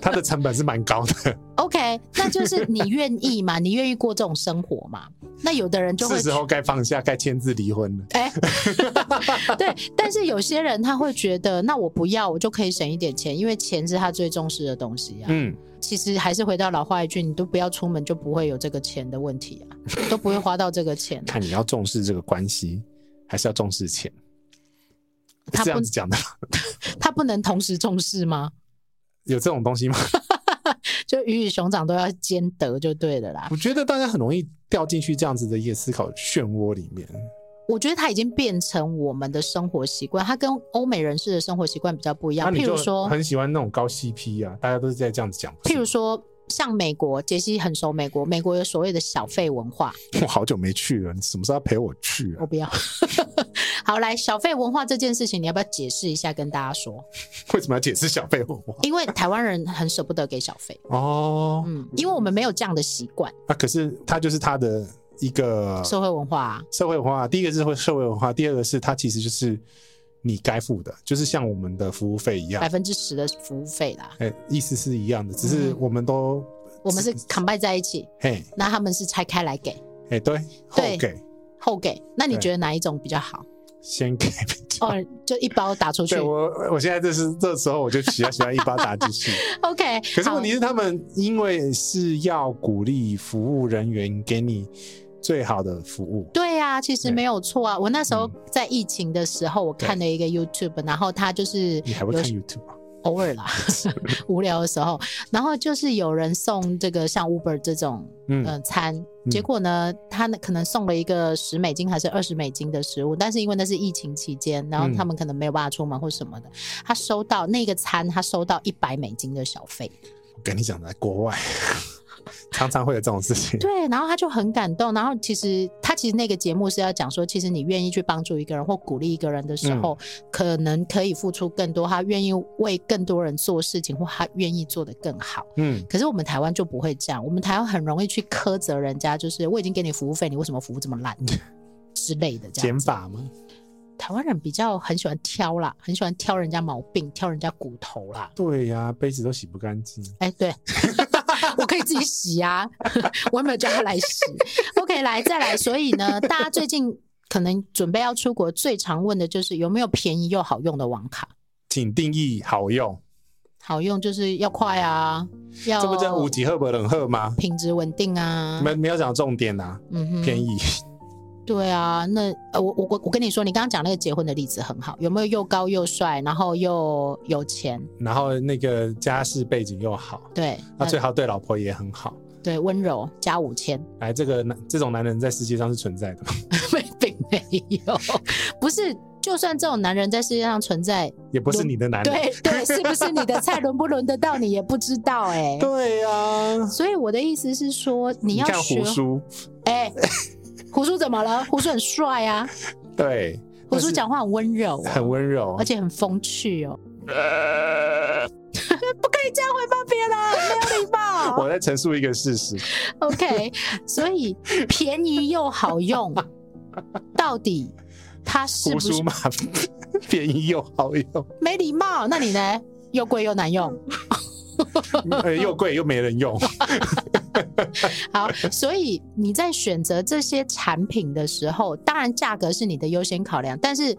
它的成本是蛮高的，
OK，那就是你愿意嘛？你愿意过这种生活嘛？那有的人就是会
时候该放下，该签字离婚了。
哎，对，但是有些人他会觉得，那我不要，我就可以省一点钱，因为钱是他最重视的东西啊。
嗯，
其实还是回到老话一句，你都不要出门，就不会有这个钱的问题啊，都不会花到这个钱、啊。
看你要重视这个关系，还是要重视钱？
他
是这
不
样子讲
(laughs)
的，
他不能同时重视吗？
有这种东西吗？
(laughs) 就鱼与熊掌都要兼得就对了啦。
我觉得大家很容易掉进去这样子的一个思考漩涡里面。
我觉得它已经变成我们的生活习惯，它跟欧美人士的生活习惯比较不一
那
样。
你
譬
就
如说，
很喜欢那种高 CP 啊，大家都是在这样子讲。
譬如说，像美国，杰西很熟美国，美国有所谓的小费文化，
我好久没去了，你什么时候要陪我去啊 (laughs)
我？不要。 (laughs) 好，来小费文化这件事情，你要不要解释一下跟大家说？
为什么要解释小费文化？
因为台湾人很舍不得给小费，
哦，
嗯，因为我们没有这样的习惯，
啊，可是它就是它的一个
社会文化、啊。
社会文化。第一个是会社会文化，第二个是它其实就是你该付的，就是像我们的服务费一样
百，分之十的服务费啦，
哎、意思是一样的，
嗯
只是我们都
我们是 combine 在一起，
嘿
那他们是拆开来给，
哎、对后给
后给。那你
对
觉得哪一种比较好？
先给比较。
哦，就一包打出去
对。我，我现在这是这时候我就比较喜欢一巴打
(laughs)
进去。
OK，
可是
好
问题是，他们因为是要鼓励服务人员给你最好的服务，
对呀、其实
对
没有错啊。我那时候
哎嗯
在疫情的时候，我看了一个 YouTube，然后他就是
你还会
有
看 YouTube 吗？
偶尔
(laughs)
啦，无聊的时候，然后就是有人送这个像 Uber 这种嗯、
嗯
呃餐，
嗯
结果呢，他呢可能送了一个十美金还是二十美金的食物，但是因为那是疫情期间，然后
嗯
他们可能没有办法出门或什么的，他收到那个餐，他收到一百美金的小费。
我跟你讲，在国外 (laughs) 常常会有这种事情。
对，然后他就很感动。然后其实他其实那个节目是要讲说，其实你愿意去帮助一个人或鼓励一个人的时候，可能可以付出更多，他愿意为更多人做事情，或他愿意做得更好。
嗯，
可是我们台湾就不会这样，我们台湾很容易去苛责人家，就是我已经给你服务费，你为什么服务这么烂之类的这样
减
子。
法吗？
台湾人比较很喜欢挑啦，很喜欢挑人家毛病，挑人家骨头啦。
对呀、杯子都洗不干净。
哎、对， (laughs) 我可以自己洗啊， (laughs) 我有没有叫他来洗？OK，来再来。所以呢，大家最近可能准备要出国，最常问的就是有没有便宜又好用的网卡。
请定义好用，
好用就是要快啊，要
这不叫五级赫伯冷赫吗？
品质稳定啊，
没没有讲重点啊呐，
嗯哼，
便宜。
对啊，那呃，我我我我跟你说，你刚刚讲那个结婚的例子很好，有没有又高又帅，然后又有钱，
然后那个家世背景又好，
对，
那
那
最好对老婆也很好。
对温柔加五千，
哎，这个男这种男人在世界上是存在的吗， (laughs)
(laughs) 没并没有， (laughs) 不是，就算这种男人在世界上存在，
也不是你的男人。
对对，是不是你的菜轮不轮得到你也不知道 (laughs) 哎、
对啊呀、
所以我的意思是说，你要
看
学
胡叔，
哎，胡叔怎么了？胡叔很帅 (laughs) 啊，
对，
胡
但
叔
是
讲话很温柔、啊，
很温柔
而，且很风趣 (laughs) 哦。不可以这样回报别人，没有礼貌。
(laughs) 我在陈述一个事实。
(laughs) OK，所以便宜又好 (laughs) 用，到底他是
胡
不是
叔嘛， (laughs) 便宜又好
(laughs)
用，
没礼貌？那你呢？又贵又难用。
呃又贵又没
(laughs)
人用。
好，所以你在选择这些产品的时候，当然价格是你的优先考量，但是。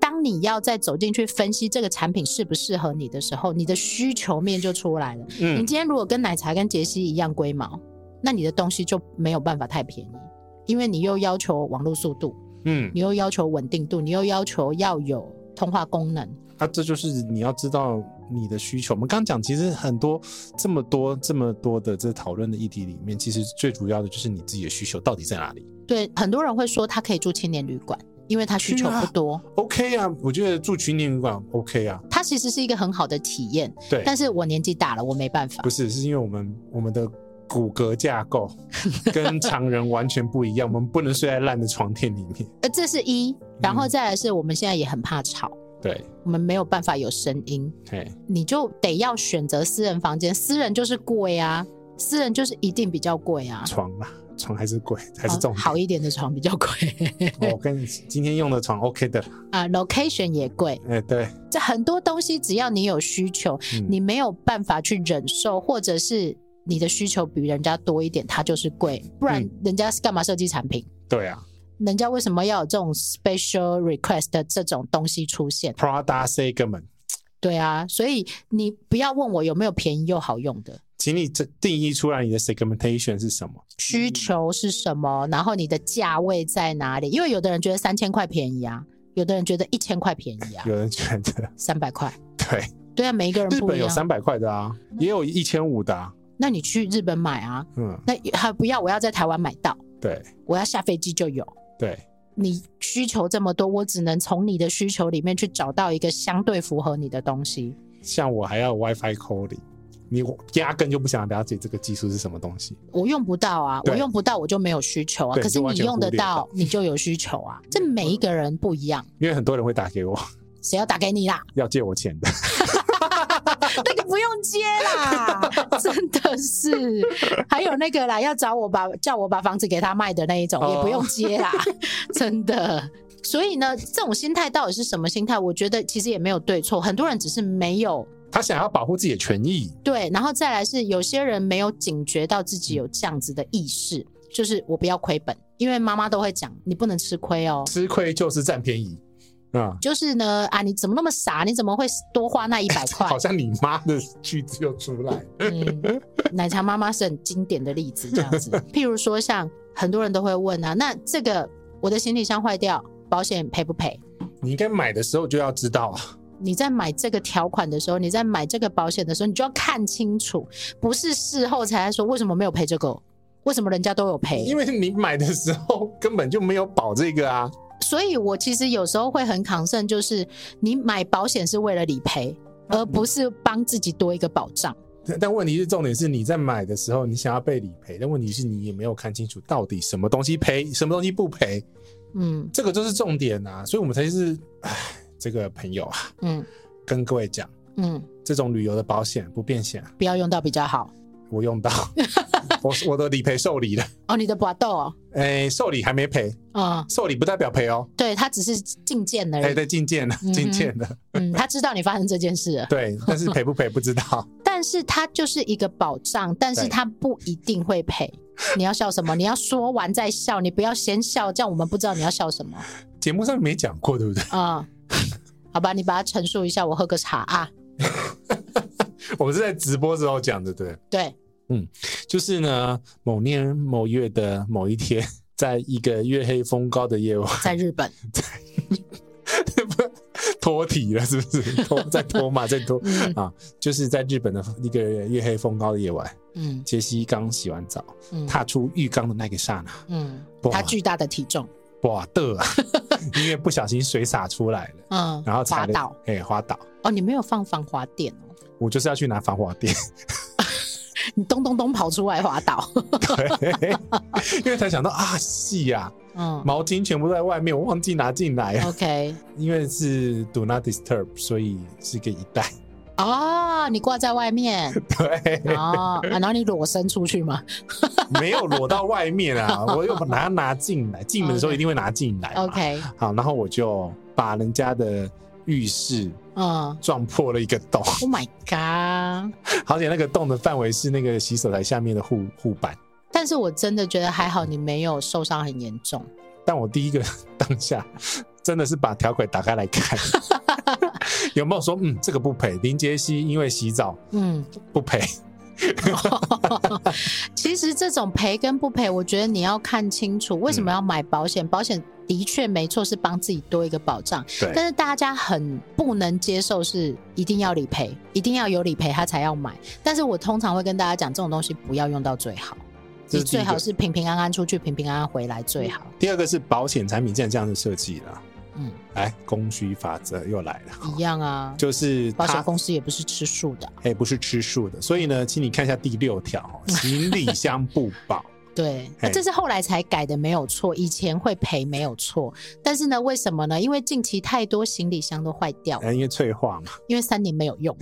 当你要再走进去分析这个产品适不适合你的时候，你的需求面就出来了。你
嗯，
今天如果跟奶茶跟杰西一样龟毛，那你的东西就没有办法太便宜，因为你又要求网络速度，
嗯，
你又要求稳定度，你又要求要有通话功能。
啊，这就是你要知道你的需求。我们刚刚讲，其实很多这么多这么多的这讨论的议题里面，其实最主要的就是你自己的需求到底在哪里。
对，很多人会说他可以住青年旅馆，因为他需求
去啊
不多，
OK 啊，我觉得住群年旅馆 OK 啊，
它其实是一个很好的体验。
对，
但是我年纪大了，我没办法
不。是，是因为我们我们的骨骼架
(laughs)
构跟常人完全不一样，我们不能睡在烂的床垫里面。
呃，这是一，然
嗯
后再来是我们现在也很怕吵，
对，
我们没有办法有声音，
嘿，
你就得要选择私人房间，私人就是贵啊，私人就是一定比较贵啊。
床啦，床还是贵，还是
哦
重点。
好一点的床比较贵 (laughs)
我跟你今天用的床 OK 的啦，
啊，location 也贵。
哎、对，
这很多东西，只要你有需求，
嗯
你没有办法去忍受，或者是你的需求比人家多一点，它就是贵。不然
嗯
人家是干嘛设计产品？
对啊
人家为什么要有这种 special request 的这种东西出现？
，Prada segment，
对啊，所以你不要问我有没有便宜又好用的
请你这定义出来你的 segmentation 是什么？
需求是什么，然后你的价位在哪里？因为有的人觉得三千块便宜啊，有的人觉得一千块便宜啊，
有人觉得，
三百块。
对，
对啊，每一个人
日
不
本
一
有
样。
三百块的啊，也有一千五的啊，
那你去日本买啊？
嗯，
那还不要，我要在台湾买到，
对
我要下飞机就有。
对，
你需求这么多，我只能从你的需求里面去找到一个相对符合你的东西。
像我还要有 WiFi calling，你压根就不想了解这个技术是什么东西，
我用不到啊，
对
我用不到，我就没有需求啊。
对
可是
就完
你
全
用得
忽略嗯
到
到，
你就有需求啊。这每一个人不一样，
因为很多人会打给我 (laughs)
谁要打给你啦？
要借我钱的，
(laughs) 那个不用接啦， (laughs) 真的是。还有那个啦，要找我把叫我把房子给他卖的那一种，
哦
也不用接 (laughs) 啦，真的。所以呢，这种心态到底是什么心态？我觉得其实也没有对错，很多人只是没有
他想要保护自己的权益，
对，然后再来是有些人没有警觉到自己有这样子的意识，就是我不要亏本，因为妈妈都会讲你不能吃亏哦。
吃亏就是占便宜，啊、
就是呢，啊，你怎么那么傻？你怎么会多花那一百块 (laughs)
好？像你妈的句子又出来，
嗯，奶茶妈妈是很经典的例子，这样子。譬如说，像很多人都会问啊，那这个我的行李箱坏掉，保险赔不赔？
你应该买的时候就要知道啊，
你在买这个条款的时候，你在买这个保险的时候，你就要看清楚，不是事后才来说为什么没有赔这个，为什么人家都有赔
因。为你买的时候根本就没有保这个啊，
所以我其实有时候会很抗胜，就是你买保险是为了理赔，而不是帮自己多一个保障。
但但问题是，重点是你在买的时候，你想要被理赔，但问题是你也没有看清楚到底什么东西赔，什么东西不赔，
嗯
这个就是重点啊！所以我们才是，哎，这个朋友啊，
嗯
跟各位讲，
嗯，
这种旅游的保险不变险，
不要用到比较好。
我
(laughs)
用到，我我的理赔受理了，
哦，你的搏斗哦，
哎，受理还没赔，
嗯，
受理不代表赔哦，
对他只是进见而
哎，
已，
对，进件了
嗯哼，
进件了，
嗯，他知道你发生这件事了，
对，但是赔不赔不知道，
(laughs) 但是他就是一个保障，但是
对
他不一定会赔。你要笑什么？你要说完再笑，你不要先笑，这样我们不知道你要笑什么
节目上面没讲过，对不对？
啊、嗯。好吧，你把它陈述一下，我喝个茶啊。
我们是在直播之后讲的，对。
对，
就是呢，某年某月的某一天， (laughs) 在一个月黑风高的夜晚， (laughs)
在日本，
脱体了，是不
(laughs)
是？脱在脱嘛，在脱
嗯
啊，就是在日本的一个月黑风高的夜晚，
嗯
杰西刚洗完澡，
嗯，
踏出浴缸的那个刹那，
嗯，
哇
他巨大的体重，
哇的啊， (laughs) 因为不小心水洒出来了，
嗯，
然后
滑
踩了
倒，
哎，滑倒。
哦，你没有放防滑垫哦，
我就是要去拿防滑
(laughs)
垫，
你咚咚咚跑出来滑倒，
对， (laughs) 因为才想到啊，戏呀、 (laughs)
嗯
毛巾全部都在外面，我忘记拿进来啊。
，OK，
因为是 Do Not Disturb，所以是个一袋。
哦，你挂在外面，
对，
(laughs) 哦，啊然后你裸身出去嘛
(laughs) 没有裸到外面啊，我又把它拿进来。进门的时候
OK
一定会拿进来嘛。
，OK，
好，然后我就把人家的浴室
嗯
撞破了一个洞，
，Oh my god！
而且那个洞的范围是那个洗手台下面的护护板。
但是我真的觉得还好，你没有受伤很严重。
但我第一个 (laughs) 当下真的是把条轨打开
(laughs)
来看，有没有说嗯这个不赔？林杰西因为洗澡
嗯， (laughs)
不赔，
其实这种赔跟不赔，我觉得你要看清楚为什么要买保险。保险的确没错，是帮自己多一个保障。但
对
是大家很不能接受是一定要理赔，一定要有理赔他才要买。但是我通常会跟大家讲，这种东西不要用到最好，
这
你
是第一
最
个
好是平平安安出去，平平安安回来最好。
第二个是保险产品既然这样的设计了，
嗯，
来供需法则又来了，
一样啊，
就是
保险
它
公司也不是吃素的，啊
哎、不是吃素的，所以呢，请你看一下第六条
(laughs)
哦，行李箱不保。
对，
嘿
这是后来才改的，没有错。以前会赔没有错，但是呢，为什么呢？因为近期太多行李箱都坏掉了，
哎因为脆化嘛，
因为三年没有
(laughs)
用，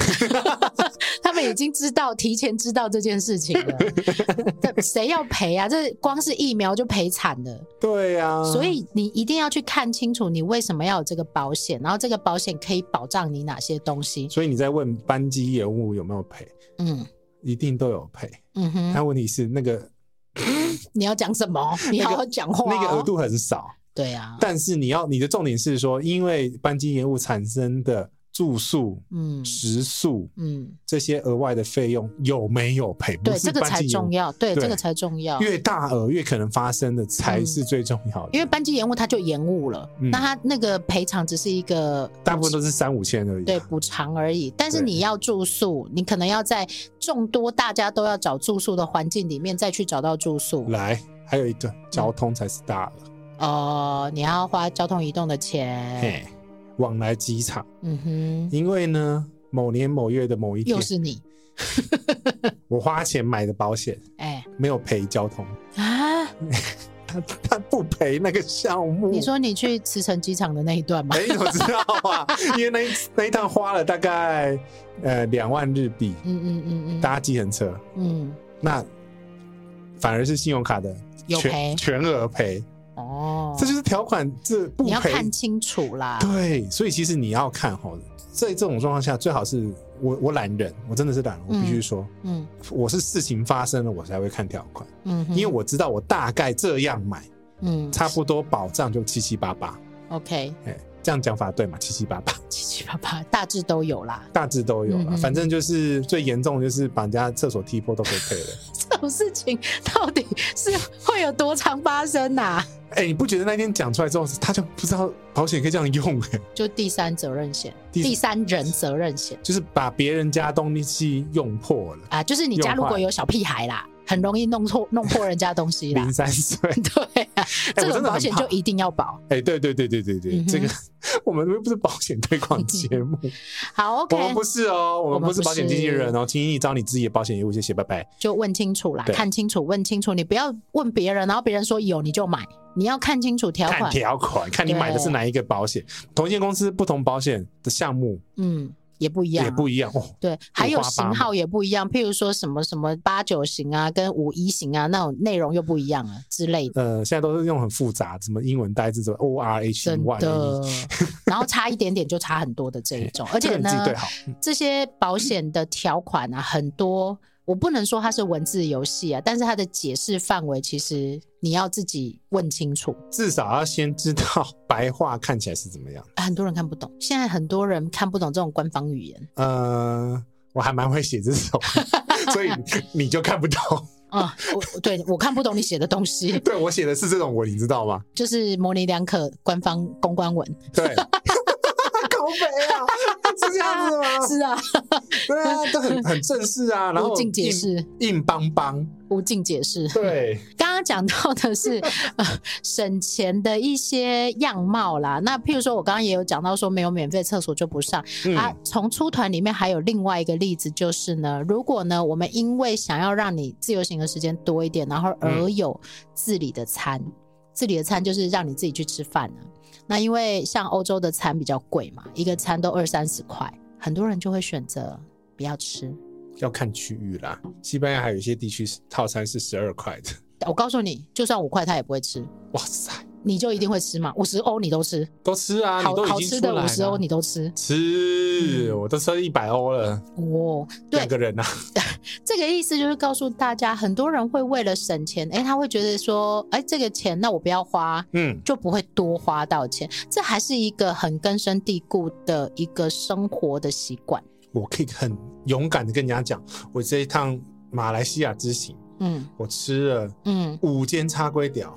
他们已经知道，提前知道这件事情
(laughs)
了。这谁要赔啊？这光是疫苗就赔惨了。
对啊呀、
所以你一定要去看清楚，你为什么要有这个保险，然后这个保险可以保障你哪些东西。
所以你在问班机业务有没有赔，
嗯
一定都有赔。
嗯哼，
但问题是那个
你要讲什么？你好好讲话、哦
那个额度很少，
对啊，
但是你要你的重点是说，因为班机延误产生的住宿、
嗯
食宿
嗯，
这些额外的费用有没有赔？
对，
不是
这个
班
才
机延误
重要，对，
对
这个才重要。嗯
越大额越可能发生的才是最重要的，
因为班机延误，它就延误了，
嗯
那它那个赔偿只是一个
大部分都是三五千而已啊、
对补偿而已。但是
对
你要住宿，你可能要在众多大家都要找住宿的环境里面再去找到住宿。
来，还有一个交通才是大额，
哦，你要花交通移动的钱。
嘿，往来机场，
嗯哼，
因为呢，某年某月的某一天
又，是你，
我花钱买的保险
哎、
没有赔交通， (laughs)
啊！
他他不赔那个项目。
你说你去慈城机场的那一段吗
哎？，你怎么知道啊？ (laughs) 因为那一那一趟花了大概呃两万日币
嗯嗯嗯嗯，
搭计程车，
嗯，
那反而是信用卡的
有赔
全全额赔，
哦，
这就是条款这不
你要
赔。
看清楚啦。
对，所以其实你要看哈，在这种状况下，最好是我我懒人，我真的是懒人，我必须说，
嗯
我是事情发生了我才会看条款，
嗯哼，
因为我知道我大概这样买，
嗯
差不多保障就七七八八，
OK
哎，这样讲法对嘛？七七八八。
七七八八大致都有啦。 (laughs)
大致都有
嗯
了，
嗯
反正就是最严重的就是把人家厕所踢破都可以
(laughs)
赔了。
这种事情到底是会有多常发生啊呐、
哎、你不觉得那天讲出来之后，他就不知道保险可以这样用、哎，
就第三责任险、
第
第三人责任险
(laughs) 就是把别人家东西用破了，
啊，就是你家如果有小屁孩啦，很容易弄错、弄破人家东西啦
零。三岁。
(laughs)
(laughs)
对啊，这
哎我
种
真的
保
很
险
怕
就一定要保。
哎、对对对对对对，
嗯哼
这个 (laughs) 我们又不是保险推广节
(laughs)
目，
好
我
，OK，
们不是哦，我
我
们
们
不是
不
保险
是
经纪人哦，请你找你自己的保险业务谢谢，拜拜。
就问清楚啦，
对
看清楚，问清楚，你不要问别人，然后别人说有你就买，你要看清楚条
看
款。
条款，看你买的是哪一个保险，同一间公司不同保险的项目
嗯，也不一样
也
啊。
不一样哦。
对，还有
花八
型
嘛
号也不一样，譬如说什么什么八九型啊，跟五一型啊那种内容又不一样啊之
(laughs)
类的。
呃，现在都是用很复杂，什么英文单字，什么 O R H E
真
Y，哎
的，然后差一点点就差很多的这一种，而
这
且
个你自己
呢
对，好。
这些保险的条款啊，很多我不能说它是文字游戏啊，但是它的解释范围其实你要自己问清楚，
至少要先知道 (laughs) 白话看起来是怎么样。
很多人看不懂，现在很多人看不懂这种官方语言，
呃，我还蛮会写这种， (laughs) 所以你就看不懂。
嗯，我 (laughs) 对我看不懂你写的东西， (laughs)
对我写的是这种文，你知道吗？
就是模棱两可官方公关文， (laughs)
对，口北啊，是这样子吗？
是啊，
对啊，都很很正式啊，然后
无尽解
硬
释，
硬邦
(laughs)
邦，
无尽解释。
对，
刚刚讲到的
(laughs)
是呃省钱的一些样貌啦，那譬如说我刚刚也有讲到说没有免费厕所就不上，啊
嗯，，
从出团里面还有另外一个例子，就是呢，如果呢，我们因为想要让你自由行的时间多一点，然后而有自理的餐，自理的餐就是让你自己去吃饭啊。那因为像欧洲的餐比较贵嘛，一个餐都二三十块，很多人就会选择不要吃。
要看区域啦。西班牙还有一些地区是套餐是十二块的，
我告诉你，就算五块他也不会吃，
哇塞，
你就一定会吃嘛，五十欧你都吃，
都吃啊，
好
你都
好
已经
吃
出来
的
了
五十欧你都吃。
吃，
嗯
我都吃一百欧了，
哦，对
两，个人啊，
这个意思就是告诉大家，很多人会为了省钱，诶，他会觉得说，诶，这个钱那我不要花，
嗯，
就不会多花到钱。这还是一个很根深蒂固的一个生活的习惯。
我可以很勇敢的跟人家讲，我这一趟马来西亚之行，
嗯
我吃了
嗯
五间叉
(laughs)
龟屌，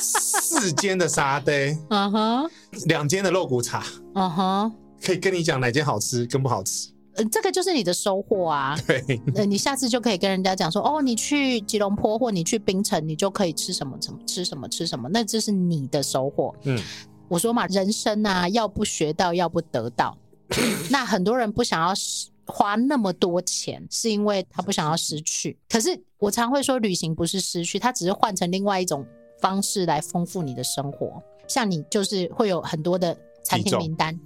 四间的沙爹，
嗯哼
两间的肉骨茶，
嗯哼，
可以跟你讲哪间好吃跟不好吃。
呃这个就是你的收获啊。
(laughs) 对，
呃，你下次就可以跟人家讲说，哦，你去吉隆坡或你去槟城，你就可以吃什么什么吃什么吃什么，那这是你的收获。
嗯，
我说嘛，人生啊，要不学到，要不得到。 (coughs) 那很多人不想要失花那么多钱，是因为他不想要失去。可是我常会说，旅行不是失去，它只是换成另外一种方式来丰富你的生活。像你就是会有很多的餐
体
厅
重
名单，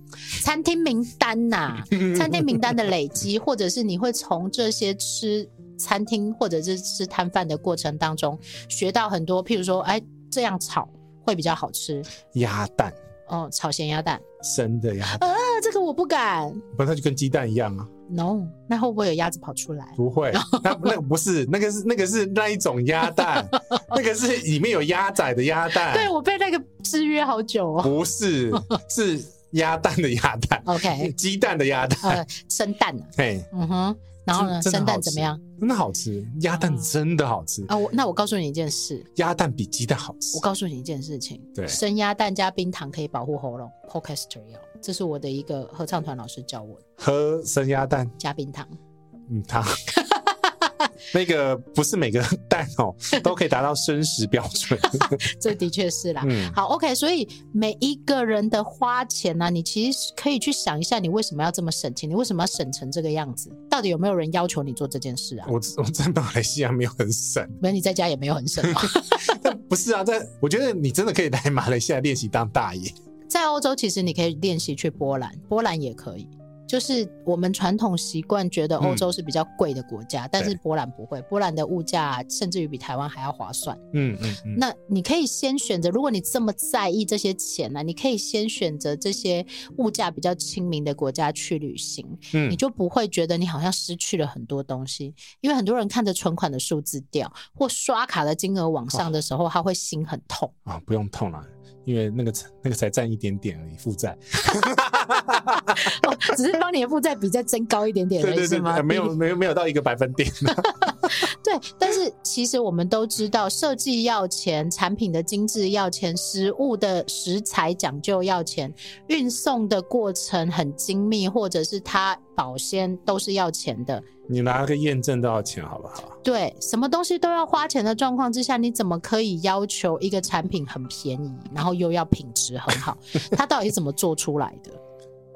餐厅名单呐、
(laughs)
餐厅名单的累积，或者是你会从这些吃餐厅或者是吃摊贩的过程当中学到很多，譬如说，哎，这样炒会比较好吃
鸭蛋，
哦，炒咸鸭蛋，
生的鸭蛋，
那这个我不敢
不然它就跟鸡蛋一样啊？
，no，那会不会有鸭子跑出来？(laughs)
不会，那那个不是，那个是那个是那一种鸭
(laughs)
蛋，那个是里面有鸭仔的鸭蛋，
对我被那个制约好久哦。
不是，
(laughs)
是鸭蛋的鸭蛋，
OK，
鸡蛋的鸭蛋，
呃，生蛋啊，
嘿，
嗯哼，然后呢，
真真的
生
好
蛋
吃
怎么样？
真的好吃，鸭蛋真的好吃，
啊？我那我告诉你一件事，
鸭蛋比鸡蛋好吃
我。告诉你一件事情，
对
生鸭蛋加冰糖可以保护喉咙，Podcaster 要，这是我的一个合唱团老师教我的，
喝生鸭蛋，
加冰糖。
嗯，
(laughs)
它那个不是每个蛋
(laughs)
哦都可以达到生食标准，
这的确是啦。
嗯，
好，OK，所以每一个人的花钱呢、你其实可以去想一下，你为什么要这么省钱？你为什么要省成这个样子？到底有没有人要求你做这件事啊？
我我在马来西亚没有很省，
没，你在家也没有很省哦嘛。
但不是啊，但我觉得你真的可以来马来西亚练习当大爷，
(laughs) 在欧洲，其实你可以练习去波兰，波兰也可以。就是我们传统习惯觉得
嗯
欧洲是比较贵的国家，但是波兰不会，波兰的物价甚至于比台湾还要划算。
嗯嗯嗯，
那你可以先选择，如果你这么在意这些钱呢、你可以先选择这些物价比较亲民的国家去旅行。你
嗯
就不会觉得你好像失去了很多东西，因为很多人看着存款的数字掉或刷卡的金额往上
哦
的时候，他会心很痛。 (laughs)
啊，不用痛了，因为那个那个才占一点点而已，负债，
哦只是帮你的负债比再增高一点点而
对
已，
对
是
对，
吗？
呃没有没有没有到一个百分点，
对，但是其实我们都知道，设计要钱，产品的精致要钱，食物的食材讲究要钱，运送的过程很精密，或者是它保鲜都是要钱的。
你拿个验证多少钱好不好？
对，什么东西都要花钱的状况之下，你怎么可以要求一个产品很便宜，然后又要品质很好？ (laughs) 它到底是怎么做出来的？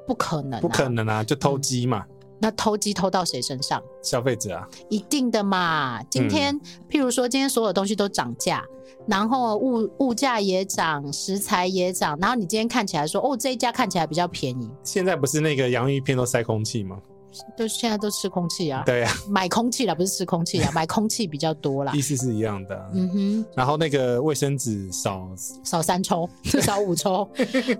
不可能、
不可。能啊，就偷鸡嘛，
那偷鸡偷到谁身上？
消费者啊，
一定的嘛。
嗯
今天，譬如说，今天所有东西都涨价，然后物物价也涨，食材也涨，然后你今天看起来说，哦，这一家看起来比较便宜，
现在不是那个洋芋片都塞空气吗？
就现在都吃空气啊，
对啊，
买空气啦，不是吃空气啦，啊买空气比较多啦
意。思 (laughs) 是一样的啊。
嗯哼，
然后那个卫生纸少，
少三
(laughs)
抽，少五抽，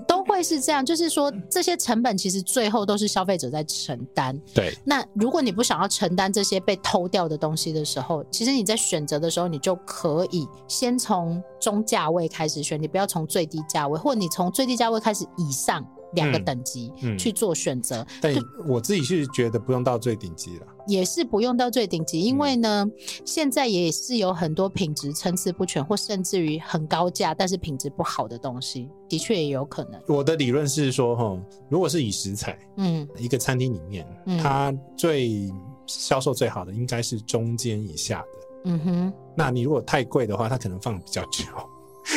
都会是这样。就是说，这些成本其实最后都是消费者在承担。
对，
那如果你不想要承担这些被偷掉的东西的时候，其实你在选择的时候，你就可以先从中价位开始选，你不要从最低价位，或你从最低价位开始以上两个
嗯
等级、
嗯
去做选择，
但我自己是觉得不用到最顶级了。
也是不用到最顶
嗯
级，因为呢，现在也是有很多品质参差不全，或甚至于很高价但是品质不好的东西，的确也有可能。
我的理论是说，哈，如果是以食材，
嗯
一个餐厅里面，
嗯
它最销售最好的应该是中间以下的。
嗯
(laughs)
哼，
那你如果太贵的话，它可能放比较久，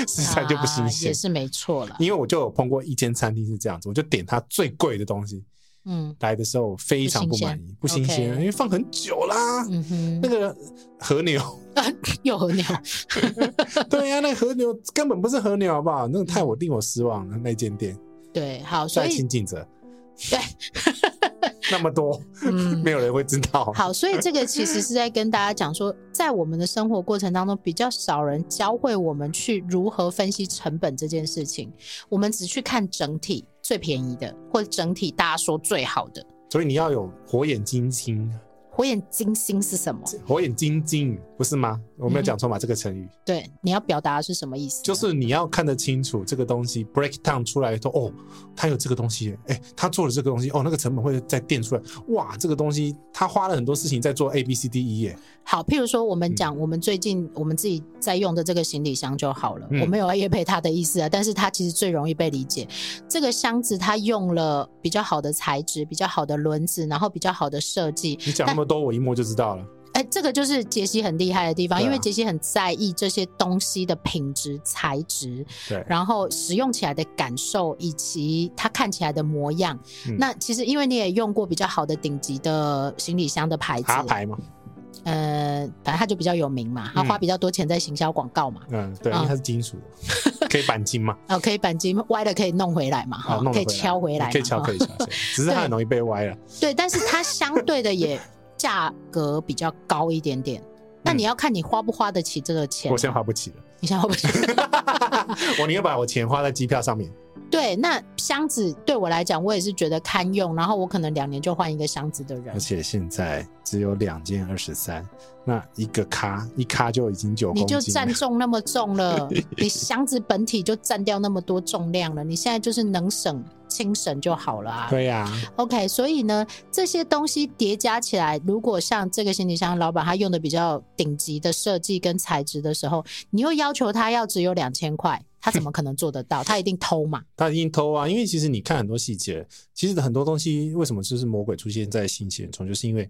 食材就不新
啊
鲜
也。是没错了。
因为我就有碰过一间餐厅是这样子，我就点它最贵的东西，
嗯
来的时候非常不满意，不新鲜，
OK
因为放很久啦。
嗯 (laughs)
那
哼，
个和牛，
又和牛，
对呀、那个和牛根本不是和牛，好不好？那个太我令我失望了，那间店
对，好，所
在
以
清景泽
对，
那么多，
嗯
没。有人会知道。
好，所以这个其实是在跟大家讲说，在我们的生活过程当中，比较少人教会我们去如何分析成本这件事情。我们只去看整体最便宜的，或者整体大家说最好的。
所以你要有火眼金睛，
火眼金睛是什么？
火眼金睛不是吗？我没有讲错吧？这个成语
对，你要表达的是什么意思呢？
就是你要看得清楚这个东西 break down 出来说，哦，他有这个东西耶，哎，他做了这个东西，哦，那个成本会再垫出来，哇，这个东西他花了很多事情在做 A B C D E 耶，
好，譬如说我
嗯
们讲我们最近我们自己在用的这个行李箱就好了，
嗯
我没有要叶配它的意思啊，但是它其实最容易被理解。这个箱子它用了比较好的材质、比较好的轮子，然后比较好的设计，
你讲那么多，我一摸就知道了。
哎，这个就是杰西很厉害的地方，
对啊
因为杰西很在意这些东西的品质、材质，
对，
然后使用起来的感受以及它看起来的模样。
嗯
那其实因为你也用过比较好的顶级的行李箱的牌子，
爬牌嘛，
呃，反正它就比较有名嘛，它花比较多钱在行销广告嘛，
嗯，对，
嗯
因为它是金属
(laughs)
的，可以钣金嘛，
哦，可以钣金歪的可以弄回来嘛，哈、
啊，
哦
弄
可
得
以敲回来嘛，
可以敲，
哈
可以敲，可以只是它很容易被歪了。
对，但是它相对的也价格比较高一点点。那你要看你花不花得起这个钱，
嗯我现在花不起了， (laughs)
你想要不？
我宁愿把我钱花在机票上面。
(laughs) 对，那箱子对我来讲，我也是觉得堪用，然后我可能两年就换一个箱子的人
而。且现在只有两件二十三，那一个咖一咖就已经九
你
公斤
就
了，
占重那么重
(laughs)
了，你箱子本体就占掉那么多重量了，你现在就是能省轻省就好了啊。
对呀、
OK，所以呢，这些东西叠加起来，如果像这个行李箱老板他用的比较顶级的设计跟材质的时候，你又要求他要只有两千块，他怎么可能做得到？他一定偷嘛。
他一定偷啊！因为其实你看很多细节，其实很多东西为什么就是魔鬼出现在新鲜中，就是因为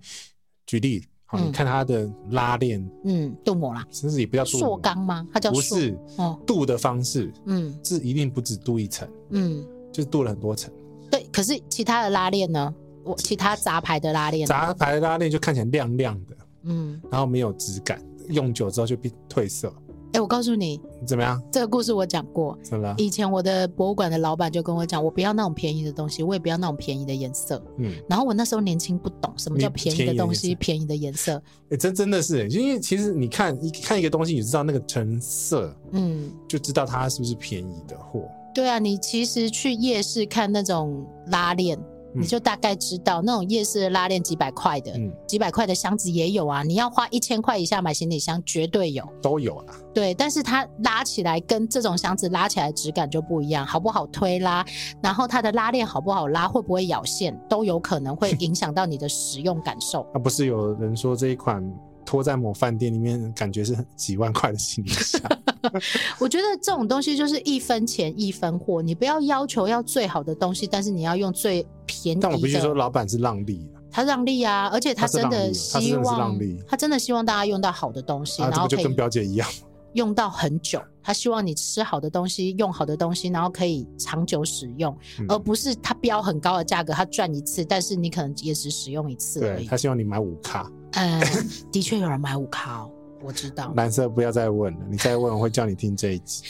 举例，好，
嗯
你看它的拉链，
嗯，镀膜啦，
甚至也不叫镀膜
塑钢，吗？它叫
不
塑
是
哦，
镀的方式
嗯
是一定不止镀一层，
嗯。
就是镀了很多层。
对，可是其他的拉链呢？我其他杂牌的拉链呢，
杂牌的拉链就看起来亮亮的，
嗯，
然后没有质感，用久之后就变褪色，
哎、我告诉你，
怎么样？
这个故事我讲过。
怎么了？
以前我的博物馆的老板就跟我讲，我不要那种便宜的东西，我也不要那种便宜的颜色。
嗯，
然后我那时候年轻不懂什么叫
你
便宜的
便宜的
东
颜
西，
色
便宜的颜色。
哎、真真的是，因为其实你看一看一个东西，你就知道那个成色，
嗯，
就知道它是不是便宜的货。
对啊，你其实去夜市看那种拉链，
嗯
你就大概知道那种夜市的拉链几百块的，
嗯，
几百块的箱子也有啊。你要花一千块以下买行李箱，绝对有。
都有啦。
对，但是它拉起来跟这种箱子拉起来质感就不一样，好不好推拉，然后它的拉链好不好拉，会不会咬线，都有可能会影响到你的使用感受。
啊，不是有人说这一款拖在某饭店里面，感觉是几万块的行李
(laughs)
箱，
我觉得这种东西就是一分钱一分货，你不要要求要最好的东西，但是你要用最便宜
但我必须说，
的。
老板是让利的，
他让利啊，而且他
他是
真
让利
的
哦他是
希
真的是
望
让利，
他真的希望大家用到好的东西，
啊，
然
这
后
不
可
就跟
以
表姐一样？
用到很久。他希望你吃好的东西，用好的东西，然后可以长久使用。
嗯
而不是它标很高的价格，它赚一次，但是你可能也只使用一次而
对
已
他。希望你买五卡，
嗯，的确有人买五卡哦，我知道。
蓝色不要再问了，你再问我会叫你听这一
(laughs)
集。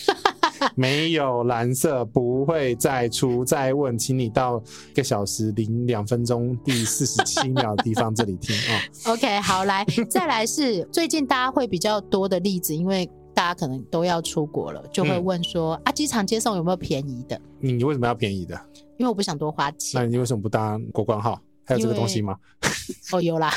没有蓝色不会再出，再问，请你到一个小时零两分钟第四十
(laughs)
七秒的地方这里听啊、
OK，好，
(laughs)
来，再来是最近大家会比较多的例子，因为大家可能都要出国了，就会
嗯
问说、啊，机场接送有没有便宜的？
你为什么要便宜的？
因为我不想多花钱
那。你为什么不搭国光号？还有这个东西吗？
哦， (laughs) 有啦，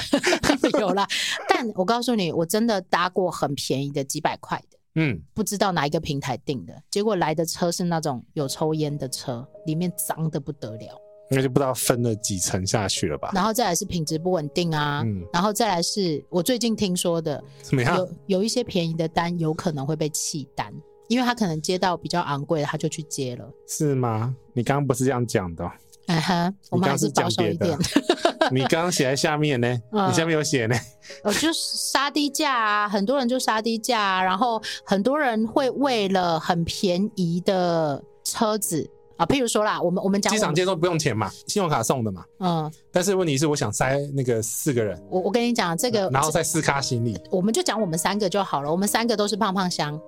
有啦。但我告诉你，我真的搭过很便宜的，几百块的。
嗯，
不知道哪一个平台订的，结果来的车是那种有抽烟的车，里面脏的不得了，
那就不知道分了几层下去了吧？
然后再来是品质不稳定啊，
啊嗯
然后再来是我最近听说的，
怎么样？
有有一些便宜的单有可能会被弃单，因为他可能接到比较昂贵的，他就去接了。
是吗？你刚刚不是这样讲
(laughs)
的哦、
嗯哼，我们
你刚
还
刚是
是保
讲
守
别
一
的啊
点，， (laughs)
你刚刚写在下面呢，
嗯
你下面有写呢，
呃，就是杀低价啊，很多人就杀低价、啊，然后很多人会为了很便宜的车子啊，譬如说啦，我们我们讲
机
我
场
们，
接送不用钱嘛，信用卡送的嘛。
嗯，
但是问题是，我想塞那个四个人，
我我跟你讲这个，
嗯然后再四咖行李，
我们就讲我们三个就好了，我们三个都是胖胖香。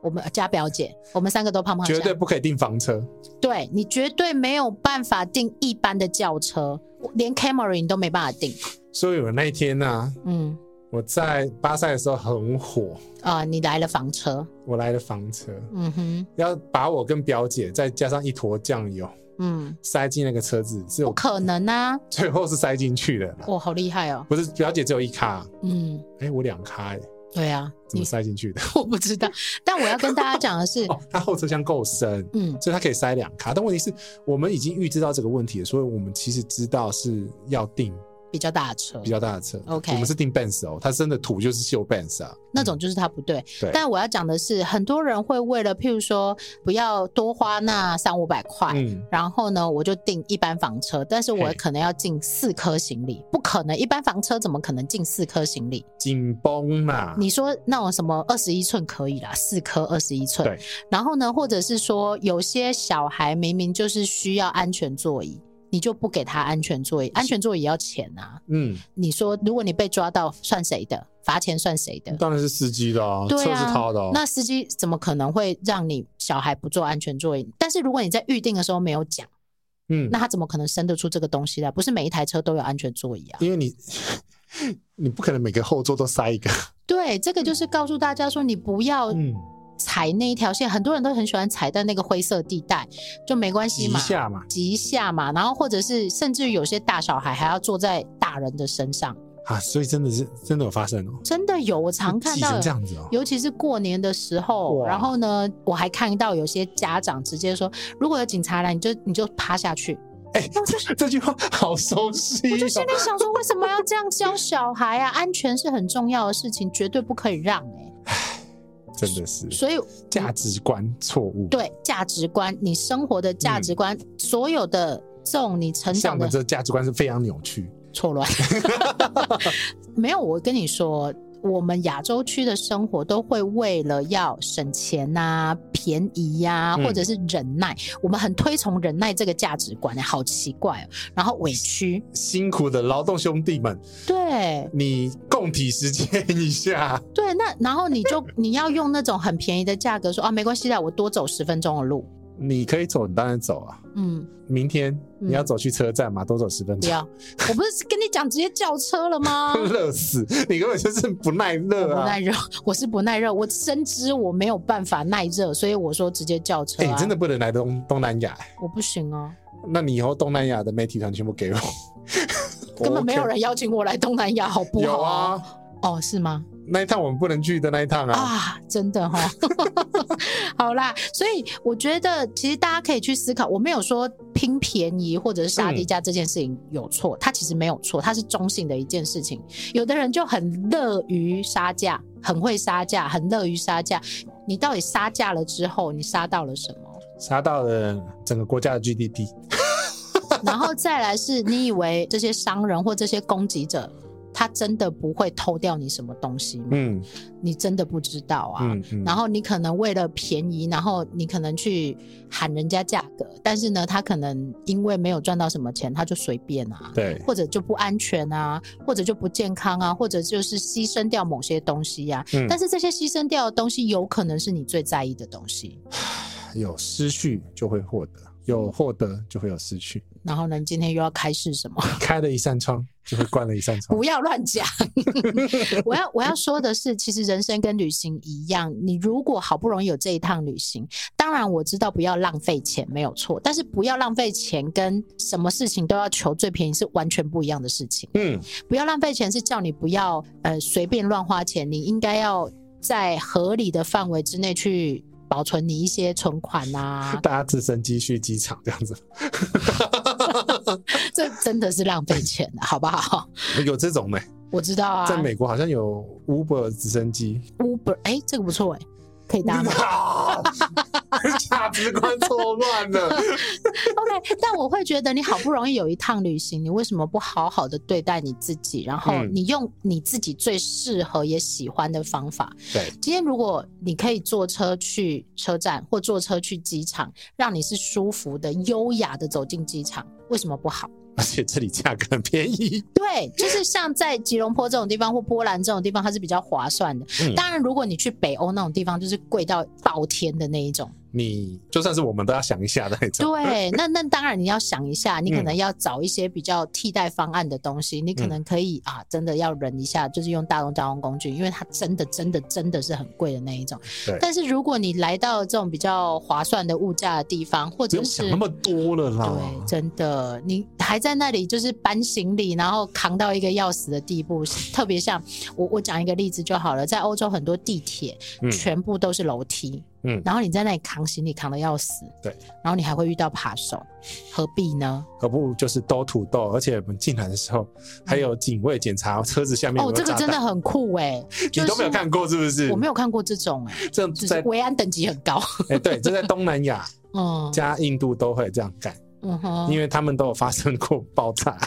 我们加表姐，我们三个都胖胖香，
绝对不可以订房车。
对你绝对没有办法订一般的轿车，连 Camry 你都没办法订。
所以我那一天呢、
嗯，
我在巴塞的时候很火，
啊、你来了房车，
我来了房车，
嗯哼，
要把我跟表姐再加上一坨酱油
嗯，
塞进那个车子，是
不
我
可能啊！
最后是塞进去的，
哇，好厉害哦，
不是表姐只有一咖，
嗯，
哎、我两咖、哎，
对啊，
怎
你
么塞进去的？
我不知道，但我要跟大家讲的是，
(laughs) 哦，它后车厢够深，
嗯，
所以它可以塞两卡。但问题是我们已经预知到这个问题了，所以我们其实知道是要订
比较大的车
比，较大的车。
OK
我们是订 Benz 哦，它真的土就是秀 Benz 啊，
那种就是它不对。
嗯对
但我要讲的是，很多人会为了譬如说不要多花那三五百块，
嗯，
然后呢，我就订一般房车，但是我
嘿
可能要进四颗行李，不可能，一般房车怎么可能进四颗行李？
紧绷嘛，
你说那种什么二十一寸可以啦，四颗二十一寸。
对。
然后呢，或者是说有些小孩明明就是需要安全座椅，你就不给他安全座椅，安全座椅要钱啊。
嗯，
你说如果你被抓到，算谁的？罚钱算谁的？
当然是司机的哦哦，车
对
是
啊，
他的哦。
那司机怎么可能会让你小孩不坐安全座椅？但是如果你在预定的时候没有讲，
嗯，
那他怎么可能生得出这个东西来？不是每一台车都有安全座椅啊。
因为你 (laughs) 你不可能每个后座都塞一个，
对，这个就是告诉大家说，你不要
嗯，
踩那一条线，很多人都很喜欢踩在那个灰色地带，就没关
挤
系
一
嘛，
下嘛，
挤一下嘛，然后或者是甚至有些大小孩还要坐在大人的身上，
啊，所以真的是真的有发生哦，
真的有，我常看
挤
到
成这。样子哦，
尤其是过年的时候，
哇
然后呢，我还看到有些家长直接说，如果有警察来，你就你就趴下去。
哎，这句话好熟悉
我就心
哦
里，想说，为什么要这样教小孩啊？安全是很重要的事情，绝对不可以让哎、
真的是
所以
价值观错误，，
对价值观，你生活的价值观，所有的这种你成
嗯
长
像我
的
们这价值观是非常扭曲，
错乱。 (laughs) 没有，我跟你说，我们亚洲区的生活都会为了要省钱啊呐、便宜呀、
嗯
啊或者是忍耐，我们很推崇忍耐这个价值观、好奇怪哦。然后委屈，
辛苦的劳动兄弟们，
对
你共体时间一下，
对，那然后你
(laughs)
就你要用那种很便宜的价格说啊，没关系啦，我多走十分钟的路，
你可以走，你当然走啊。
嗯，
明天
嗯
你要走去车站嘛，多走十分
不
钟， (laughs)
要，我不是跟你讲直接叫车了吗？
热死！你根本就是不耐
我
热
不
啊
耐！热， (laughs) 我是不耐热，我深知我没有办法耐热，所以我说直接叫车、
哎，
啊。
你真的不能来东东南亚，欸
我不行哦、
那你以后东南亚的媒体团全部给我，
(laughs) 根本没有
OK
人邀请我来东南亚，好不好？
有，啊。
哦，是吗？
那一趟我们不能去的那一趟啊，
啊，真的哈、哦， (laughs) 好啦，所以我觉得其实大家可以去思考，我没有说拼便宜或者是
嗯
杀低价这件事情有错，它其实没有错，它是中性的一件事情。有的人就很乐于杀价，很会杀价，很乐于杀价。你到底杀价了之后，你杀到了什么？
杀到了整个国家的 GDP， (laughs)
然后再来是你以为这些商人或这些攻击者，他真的不会偷掉你什么东西吗？
嗯
你真的不知道啊。
嗯嗯，
然后你可能为了便宜，然后你可能去喊人家价格，但是呢，他可能因为没有赚到什么钱，他就随便啊，
对，
或者就不安全啊，或者就不健康啊，或者就是牺牲掉某些东西呀、
嗯
但是这些牺牲掉的东西，有可能是你最在意的东西。
有失去就会获得，有获得就会有失去，
然后呢，你今天又要开示什么？
开了一扇窗就会关了一扇窗
不，要乱讲。 (laughs) 我要我要说的是，其实人生跟旅行一样，你如果好不容易有这一趟旅行，当然我知道不要浪费钱没有错，但是不要浪费钱跟什么事情都要求最便宜是完全不一样的事情。
嗯
不要浪费钱是叫你不要呃随便乱花钱，你应该要。在合理的范围之内去保存你一些存款
(laughs)，
啊
大家自身积蓄机场这样子， (laughs)
这真的是浪费钱啊，好不好？ (laughs)
有这种呢、欸
我知道啊
在美国好像有 Uber 直升机，
，Uber，哎、这个不错哎、可以搭吗
(laughs) 价值观错乱
(laughs)
了。
？OK，但我会觉得你好不容易有一趟旅行，你为什么不好好的对待你自己？然后
嗯
你用你自己最适合也喜欢的方法。
对，
今天如果你可以坐车去车站或坐车去机场，让你是舒服的、优雅的走进机场，为什么不好？
而且这里价格很便宜。
对，就是像在吉隆坡这种地方或波兰这种地方，它是比较划算的。
嗯
当然，如果你去北欧那种地方，就是贵到爆天的那一种。
你就算是我们都要想一下的那种。
对，那那当然你要想一下，你可
嗯
能要找一些比较替代方案的东西。你可能可以啊，真的要忍一下，就是用大众交通工具，因为它真的真的真的是很贵的那一种
对。
但是如果你来到这种比较划算的物价的地方，或
不
者
用
是
想那么多了啦。
对，真的，你还在那里就是搬行李，然后扛到一个要死的地步。特别像我，我讲一个例子就好了，在欧洲很多地铁、
嗯
全部都是楼梯，
嗯
然后你在那里扛行李扛的要死，
对，
然后你还会遇到扒手，何必呢？
何不就是都土豆？而且我们进来的时候还有警卫检查车子下面有
哦，
没
这
有
个
炸
真的
弹，
很酷哎、就
你都没有
是
看过是不是？
我没有看过这种哎、
这样
就是
在
维安等级很高，
哎， (laughs) 对，这在东南亚
嗯，
加印度都会这样干，
嗯哼，
因为他们都有发生过爆炸。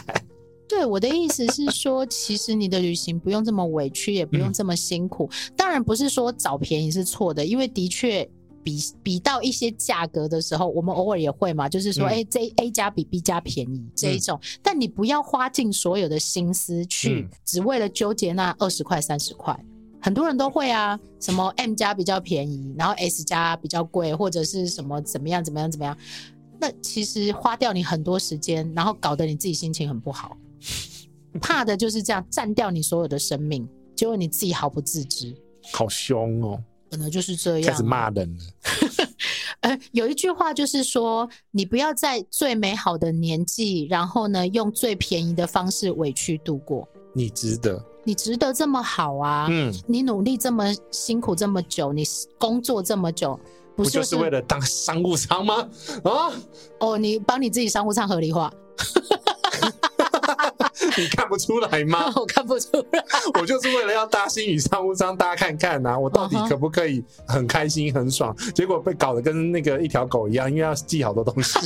对，我的意思是说，其实你的旅行不用这么委屈，也不用
嗯
这么辛苦。当然不是说找便宜是错的，因为的确。比比到一些价格的时候，我们偶尔也会嘛，就是说，
嗯
哎、这 A 加比 B 加便宜这一种，但你不要花尽所有的心思去，
嗯
只为了纠结那二十块、三十块。很多人都会啊，什么 M 加比较便宜，然后 S 加比较贵，或者是什么怎么样怎么样怎么样。那其实花掉你很多时间，然后搞得你自己心情很不
(laughs)
好。怕的就是这样占掉你所有的生命，结果你自己毫不自知，
好凶哦！
可能就是这样。啊
开始骂人了，
呃，有一句话就是说，你不要在最美好的年纪，然后呢，用最便宜的方式委屈度过。
你值得。
你值得这么好啊！
嗯，
你努力这么辛苦这么久，你工作这么久，不
不
是
就是为了当商务舱吗？啊，
哦，你帮你自己商务舱合理
(laughs)
化，
你看不出来吗？
哦我看不出
(laughs)
来。
我就是为了要搭新宇商务舱，大家看看呐、我到底
嗯哼
可不可以很开心很爽？结果被搞得跟那个一条狗一样，因为要记好多东
(laughs)
西。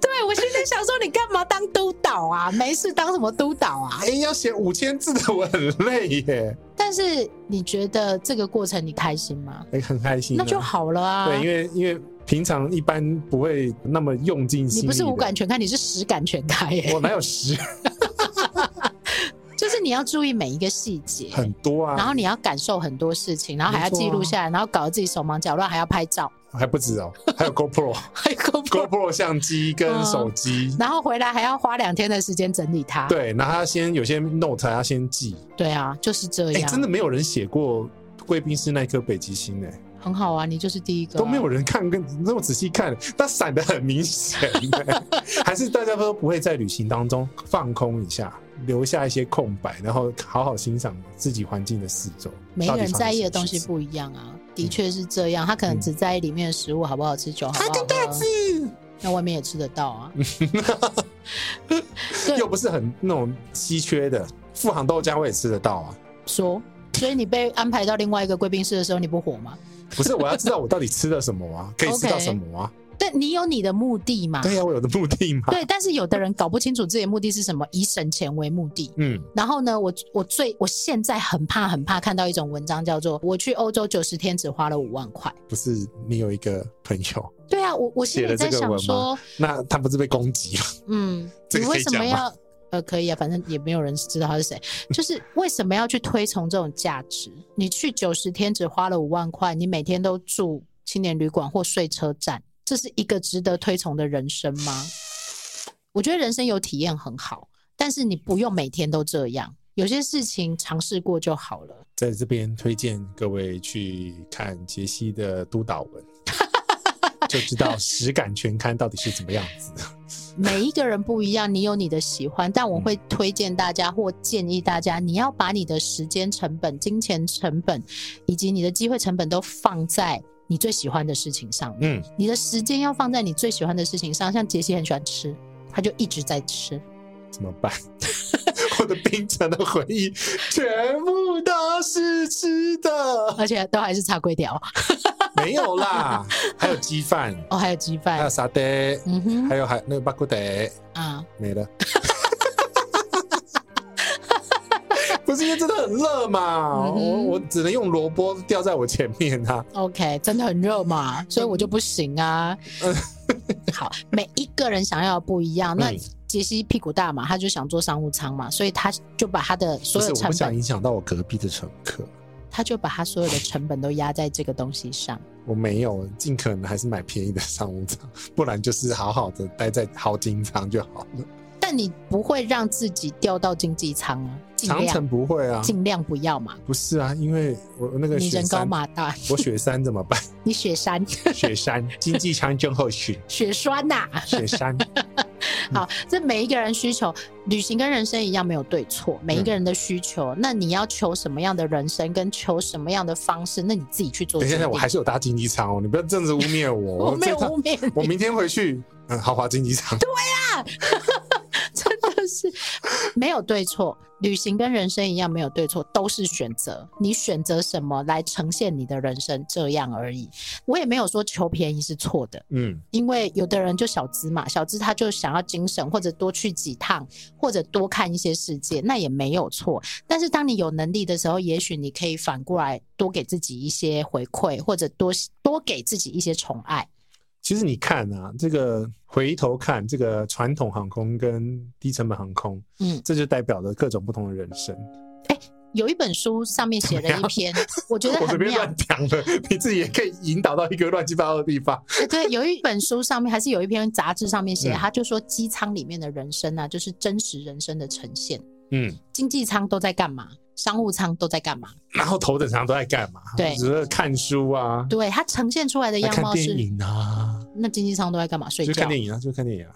对我心里想说，你干嘛当督导啊？没事当什么督导啊？
哎、要写五千字的，我很累耶。
但是你觉得这个过程你开心吗？
哎很开心啊、
那就好了啊。
对，因为因为平常一般不会那么用尽心
你
力。
不是五感，全开，你是十感全开耶。
我哪有十
就是你要注意每一个细节，
很多
然后
啊？
你要感受很多事情，然后还要
没错啊
记录下来，然后搞得自己手忙脚乱，还要拍照，
还不止哦，还有
(laughs)
GoPro、
还
(laughs)
有 GoPro
GoPro 相机跟手机。
然后回来还要花两天的时间整理它。
对，然后他先有些 note 他先记，
对啊，就是这
哎、
样，
真的没有人写过贵宾室那颗北极星哎、
很好啊。你就是第一个啊、
都没有人看跟那么仔细看，但闪的很明显、
(laughs)
欸，还是大家都不会在旅行当中放空一下，留下一些空白，然后好好欣赏自己环境的四周。
每个人在意的东西
到
不一样啊。的确是这样，他可能
嗯啊
只在意里面的食物好不好吃，
哦
酒好不好喝，
底
那外面也吃得到啊。
嗯发生什么事，又不是很那种稀缺的，富航豆浆我也吃得到啊。
说，所以你被安排到另外一个贵宾室的时候，你不火吗？
不是，我要知道我到底吃了什么
(laughs)
啊，可以吃到什么啊？
但你有你的目的嘛？
对呀、啊我有的目的嘛。
对，但是有的人搞不清楚自己的目的是什么，以省钱为目的。
嗯，
然后呢，我我最我现在很怕很怕看到一种文章，叫做“我去欧洲九十天只花了五万块
不是你有一个朋友，”。
对啊，我我心
写
里
了
在
这个
想
文
说，
那他不是被攻击吗？
嗯，
这
你
个
为
可以
什么
讲吗
要？呃，可以啊，反正也没有人知道他
(laughs)
是谁。就是为什么要去推崇这种价值？你去九十天只花了五万块，你每天都住青年旅馆或睡车站，这是一个值得推崇的人生吗？我觉得人生有体验很好，但是你不用每天都这样，有些事情尝试过就好了。
(laughs) 在这边推荐各位去看杰
(laughs)
西的督导文，就知道实感全刊到底是怎么样子。
每一个人不一样，你有你的喜欢，但我会推荐大家或建议大家，你要把你的时间成本、金钱成本以及你的机会成本都放在你最喜欢的事情上面。
嗯，
你的时间要放在你最喜欢的事情上，像杰西很喜欢吃，他就一直在吃。
怎么办？ (laughs) 我的冰城的回忆全部都是吃的，
而且都还是茶龟条
没
(laughs)
有啦，还有鸡饭，
哦，还有鸡
还有
饭，
沙爹，
嗯哼
还有还那个巴古爹，
啊，
没了。不是因为真的很热嘛，
嗯哼
我我只能用萝卜吊在我前面啊。
OK，真的很热嘛，所以我就不行啊。好，每一个人想要的不一样。那
嗯
杰西屁股大嘛，他就想做商务舱嘛，所以他就把他的
不
所
是，
有
我
成
不想
本，
影响到我隔壁的乘客，
他就把他所有的成本都压在这个东西上。
我没有，尽可能还是买便宜的商务舱，不然就是好好的待在豪金舱就好了。
但你不会让自己掉到经济舱啊，尽
长
量
城不会啊，
尽量不要嘛。
不是啊，因为我那个
你
雪
人高
山，
马 (laughs) 大，
我雪山怎么办？ (laughs)
你雪山
雪山经济舱症候群，
雪栓呐、
雪山嗯
好，这每一个人需求，旅行跟人生一样没有对错，每
嗯
一个人的需求。那你要求什么样的人生，跟求什么样的方式，那你自己去做
等
决
一
定。
下，哎我还是有搭经济舱哦，你不要这样子污蔑我。
(laughs) 我没有
这趟
污蔑
我
你，
明天回去，嗯，豪华经济舱。
真的是没有对错。旅行跟人生一样没有对错，都是选择。你选择什么来呈现你的人生，这样而已。我也没有说求便宜是错的，
(laughs) 嗯，
因为有的人就小资嘛，小资他就想要精神，或者多去几趟，或者多看一些世界，那也没有错。但是当你有能力的时候，也许你可以反过来多给自己一些回馈，或者多多给自己一些宠爱。
其实你看啊，这个回头看这个传统航空跟低成本航空，
嗯
这就代表了各种不同的人生。
有一本书上面写了一篇，我觉得
(laughs) 我随
很
便
妙
乱。讲的，你自己也可以引导到一个乱七八糟的地方。
哎对，有一本书上面还是有一篇杂志上面写的，
嗯
他就说机舱里面的人生啊，就是真实人生的呈现。
嗯，
经济舱都在干嘛？商务舱都在干嘛？
然后头等舱都在干嘛？
对
只是看书啊，
对，它呈现出来的
来
样
看
貌
电
是
影啊，
那经济舱都在干嘛？睡
就
觉
看。电影啊，就看电影啊。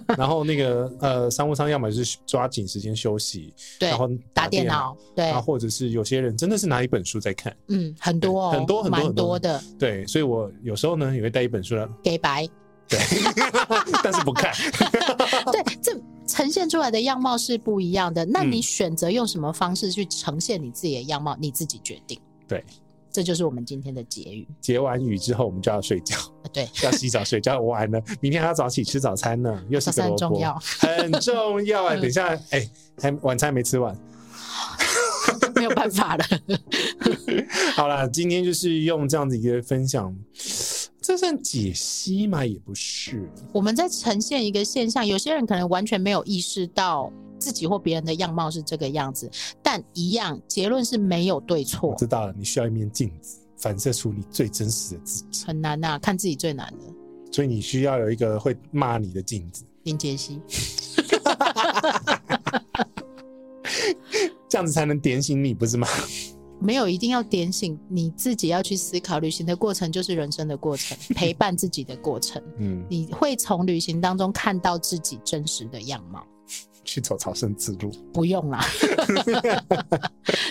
(laughs) 然后那个呃，商务舱要么就是抓紧时间休息，
对
然，后
打
电
电，脑。对
然，后啊或者是有些人真的是拿一本书在看。
嗯，很多哦，
很多很多
蛮
很多
多的。
对，所以我有时候呢也会带一本书来，
给白，
对， (laughs) 但是不看。 (laughs)
对，这呈现出来的样貌是不一样的。那
嗯
你选择用什么方式去呈现你自己的样貌，你自己决定。
对，
这就是我们今天的结语。
结完雨之后，我们就要睡觉，
啊对，
要洗澡睡觉。完了，明天还要早起吃早餐呢，又是
早
个
餐很
萝
重
卜，
要， (laughs)
很重要啊！
嗯
等一下，哎、还晚餐没吃完。
没有办法了。 (laughs)
好啦，今天就是用这样子一个分享，这算解析吗？也不是，
我们在呈现一个现象，有些人可能完全没有意识到自己或别人的样貌是这个样子，但一样结论是没有对
我
错，
知道了，你需要一面镜子。反射出你最真实的自己，
很难呐、啊看自己最难的。
所以你需要有一个会骂你的镜子，
林杰西，
这样子才能点醒你，不是吗？
没有一定要点醒你自己，要去思考旅行的过程就是人生的过程，陪伴自己的过程，
嗯，
你会从旅行当中看到自己真实的样貌。
去走朝圣之路。
不用啦，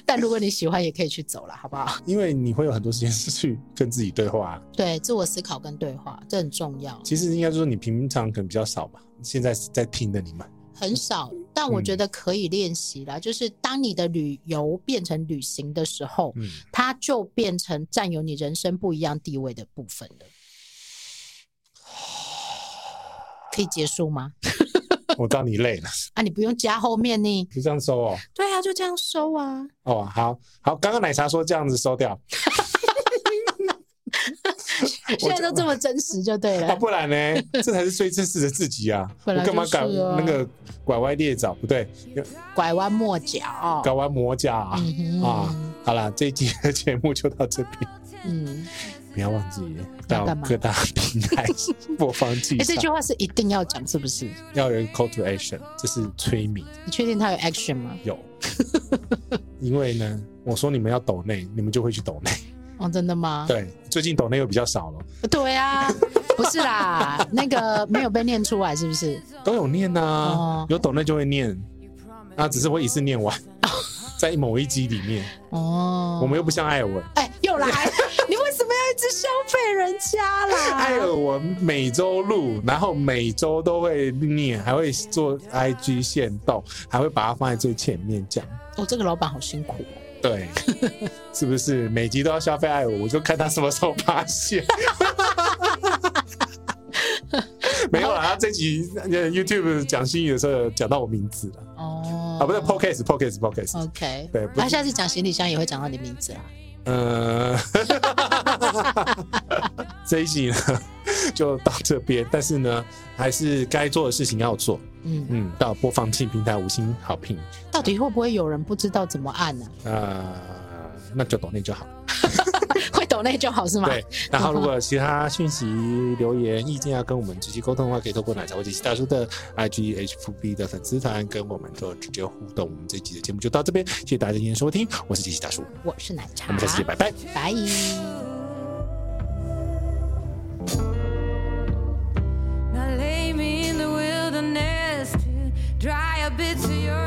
但如果你喜欢，也可以去走了，好不好？
因为你会有很多时间是去跟自己对话、啊
对，自我思考跟对话，这很重要。
其实应该说你平常可能比较少吧，现在是在听的你们，
很少，但我觉得可以练习啦。就是当你的旅游变成旅行的时候，
嗯，
它就变成占有你人生不一样地位的部分了。可以结束吗？
我知道你累了， (laughs)
啊，你不用加后面呢。
就这样收哦。
对啊，就这样收啊。
哦，好好，刚刚奶茶说这样子收
(laughs)
掉，
现在都这么真实就对
啊，
了。
不然呢？这才是最真实的自己啊！
本来
我干嘛
就是
搞
啊
那个拐歪裂枣？不对，
(laughs) 拐弯抹角。
拐弯抹角啊！
哦嗯
啊
哼，
好啦，这一集的节目就到这边，
嗯，
不要忘记
要
到
干嘛
各大平台播放器
(laughs) 哎、这句
上
话是一定要讲，是不是？
要有一个 call to action，这是催眠。
你确定它有 action 吗？
有， (laughs) 因为呢，我说你们要抖内，你们就会去抖内。
哦，真的吗？
对，最近抖内又比较少了，
对啊，不是啦，那个没有被念出来，是不是？啊
都有念呐、
哦
有懂内就会念，啊，只是会一次
(laughs)
念完，在某一集里面，
哦，
我们又不像艾尔文，
哎，又来， (laughs) 你为什么要一直消费人家啦？
艾尔文每周录，然后每周都会念，还会做 IG 限动，还会把它放在最前面讲。
我、这个老板好辛苦哦、
对，是不是每集都要消费艾尔文？我就看他什么时候发现。没有啦，他这集呃 YouTube 讲新语的时候有讲到我名字了
哦，
啊，不是 Podcast，Podcast，Podcast，
OK，
对不是
那下次讲行李箱也会讲到你名字啊啦。
呃， (laughs) 这一集呢 (laughs) 就到这边，但是呢，还是该做的事情要做。
嗯，
嗯，到播放器平台五星好评，
到底会不会有人不知道怎么按啊呢、
呃，那就懂那就好。
会抖内就好是吗？
对，然后如果有其他讯息、留言、意见要跟我们直接沟通的话，可以透过奶茶或者其大叔的 IG、HFB 的粉丝团跟我们做直接互动。我们这集的节目就到这边，谢谢大家今天收听，我是杰西大叔，
我是奶茶，
我们下次见，拜拜。
拜。
Now lay me in the wilderness to dry up bits of your